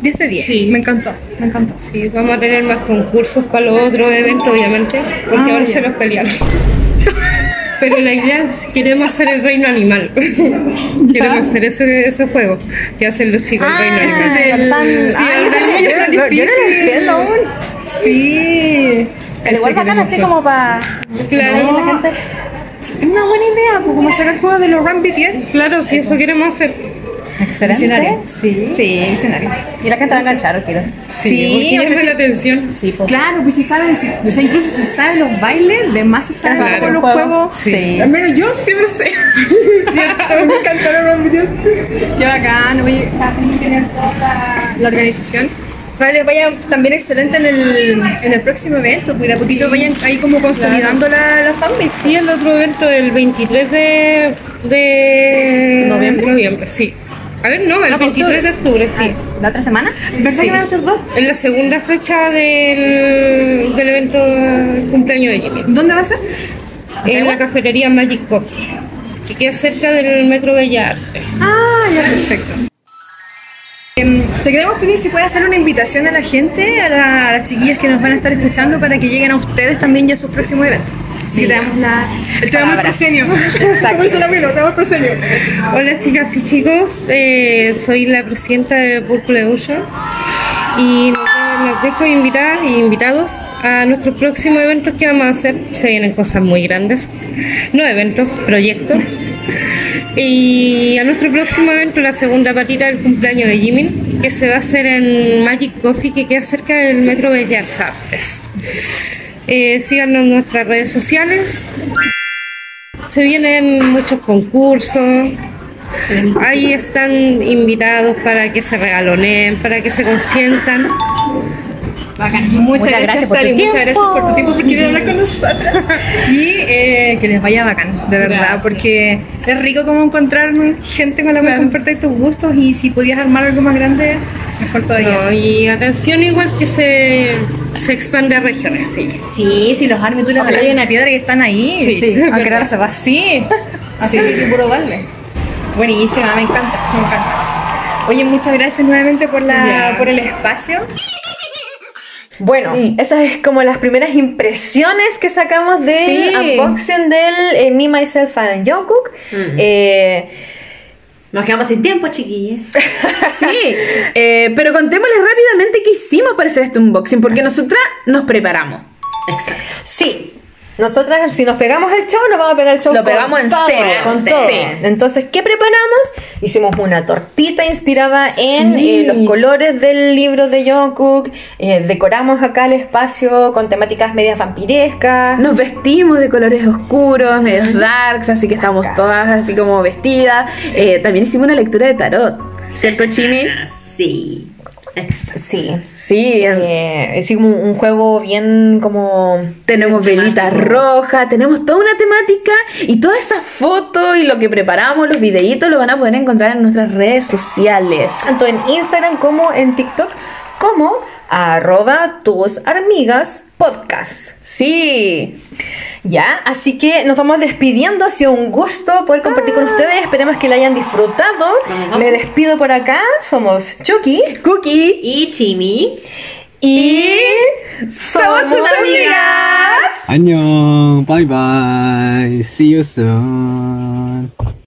Speaker 8: 10 de 10,
Speaker 7: Sí.
Speaker 8: me encantó, me encantó.
Speaker 7: Sí, vamos a tener más concursos para los otros eventos, obviamente, porque
Speaker 8: Ah,
Speaker 7: ahora
Speaker 8: ya.
Speaker 7: se los pelearon. Pero la idea es, queremos hacer el reino animal. queremos hacer ese, ese juego que hacen los chicos,
Speaker 9: Ah,
Speaker 7: el reino
Speaker 8: Ese
Speaker 7: animal.
Speaker 8: del...
Speaker 7: Sí,
Speaker 8: Ay,
Speaker 7: el
Speaker 8: ese
Speaker 7: reino
Speaker 8: es
Speaker 7: animal.
Speaker 8: tan difícil. Sí.
Speaker 9: Pero igual
Speaker 7: Ese
Speaker 9: bacán
Speaker 7: queremos
Speaker 9: así como para...
Speaker 7: Claro.
Speaker 9: la gente.
Speaker 8: Es una buena idea, pues como sacar juegos de los Run BTS.
Speaker 7: Claro, sí, eso queremos hacer. Excelente.
Speaker 8: Sí.
Speaker 9: Sí, visionario. Y la gente va a enganchar, quiero.
Speaker 8: Sí,
Speaker 7: porque
Speaker 8: o sea,
Speaker 7: llama
Speaker 8: sí.
Speaker 7: la atención.
Speaker 9: Sí, po.
Speaker 8: Claro, pues si saben, si- o sea, incluso si saben los bailes, de más se saben
Speaker 9: Claro.
Speaker 8: con los
Speaker 9: Juego.
Speaker 8: juegos.
Speaker 9: Sí.
Speaker 8: Al menos yo siempre sé. Cierto, me encantaron los videos. Qué bacán, oye, también tener toda la organización. Ojalá les vaya también excelente en el, en el próximo evento, pues de a poquito vayan ahí como consolidando la, la fanbase.
Speaker 7: Sí, el otro evento el 23 de, de
Speaker 9: ¿Noviembre?
Speaker 7: sí. A ver, no, el
Speaker 9: No, pues, Ah.
Speaker 7: 23 de octubre, sí.
Speaker 9: ¿La otra semana?
Speaker 8: ¿Verdad
Speaker 7: Sí.
Speaker 8: que van a ser dos?
Speaker 7: En la segunda fecha del, del evento eh, cumpleaños de Jimmy.
Speaker 8: ¿Dónde va a ser?
Speaker 7: En la cafetería Magic Coffee. Que queda cerca del Metro Bellar.
Speaker 8: Ah, ya, perfecto. Em, Te queremos pedir si puedes hacer una invitación a la gente, a, la- a las chiquillas que nos van a estar escuchando, para que lleguen a ustedes también ya a sus próximos eventos. Así que te damos la. Te damos el proscenio. Exacto. te damos el proscenio.
Speaker 7: Hola chicas y chicos, eh, soy la presidenta de Púrpura de Uso y nos- los dejo invitadas e invitados a nuestros próximos eventos que vamos a hacer. Se vienen cosas muy grandes, no eventos, proyectos. Y a nuestro próximo evento, la segunda patita del cumpleaños de Jimin, que se va a hacer en Magic Coffee, que queda cerca del Metro Bellas Artes. Eh, síganos en nuestras redes sociales. Se vienen muchos concursos, Ahí están invitados para que se regaloneen, para que se consientan.
Speaker 8: Muchas,
Speaker 9: Muchas gracias por
Speaker 8: gracias,
Speaker 9: tu
Speaker 8: Tali, Muchas
Speaker 9: tiempo.
Speaker 8: gracias por tu tiempo, por querer hablar con nosotras. Y eh, que les vaya bacán, de verdad, porque es rico como encontrar gente con la cual compartir tus gustos y si podías armar algo más grande, mejor todavía.
Speaker 7: No, y atención igual que se, se expande a regiones, sí.
Speaker 8: Sí, si los armes tú les
Speaker 9: Ojalá.
Speaker 8: rayas una piedra que están ahí.
Speaker 7: Sí,
Speaker 9: Sí, aunque no la sepas.
Speaker 8: Sí. Así que puro darle. Buenísima, me encanta, me encanta. Oye, muchas gracias nuevamente por,
Speaker 1: Ah,
Speaker 8: la, por el espacio.
Speaker 1: Bueno, esas es como las primeras impresiones que sacamos del
Speaker 2: Sí.
Speaker 1: unboxing del eh, Me, Myself and Jungkook.
Speaker 8: Mm.
Speaker 1: Eh,
Speaker 3: Nos quedamos sin tiempo, chiquillas.
Speaker 2: Sí, eh, pero contémosles rápidamente qué hicimos para hacer este unboxing,
Speaker 1: Ah.
Speaker 2: porque nosotras nos preparamos.
Speaker 3: Exacto.
Speaker 1: sí, nosotras si nos pegamos el show, nos vamos a pegar el show
Speaker 2: Lo
Speaker 1: con
Speaker 2: pegamos en
Speaker 1: todo,
Speaker 2: serio.
Speaker 1: con todo.
Speaker 2: Sí.
Speaker 1: Entonces, ¿qué preparamos? Hicimos una tortita inspirada en eh,
Speaker 2: Sí.
Speaker 1: los colores del libro de Jungkook. eh, decoramos acá el espacio con temáticas medias vampirescas.
Speaker 2: Nos vestimos de colores oscuros, medios darks, así que estamos todas así como vestidas. Eh, también hicimos una lectura de tarot, ¿cierto, Chimi?
Speaker 3: Así. Exacto.
Speaker 1: Sí,
Speaker 2: Sí, en-
Speaker 1: eh, es como un juego bien como...
Speaker 2: Tenemos
Speaker 3: Temático.
Speaker 2: velitas rojas, tenemos toda una temática y todas esas fotos y lo que preparamos, los videitos, lo van a poder encontrar en nuestras redes sociales.
Speaker 1: tanto en Instagram como en TikTok, como arroba tus amigas podcast.
Speaker 2: Sí,
Speaker 1: Ya, así que nos vamos despidiendo. Ha sido un gusto poder compartir con ustedes. Esperemos que la hayan disfrutado.
Speaker 3: vamos.
Speaker 1: Me despido por acá. Somos Chucky, Cookie
Speaker 3: Y Chimi.
Speaker 1: y.
Speaker 2: somos tus amigas.
Speaker 10: 안녕, bye bye, see you soon.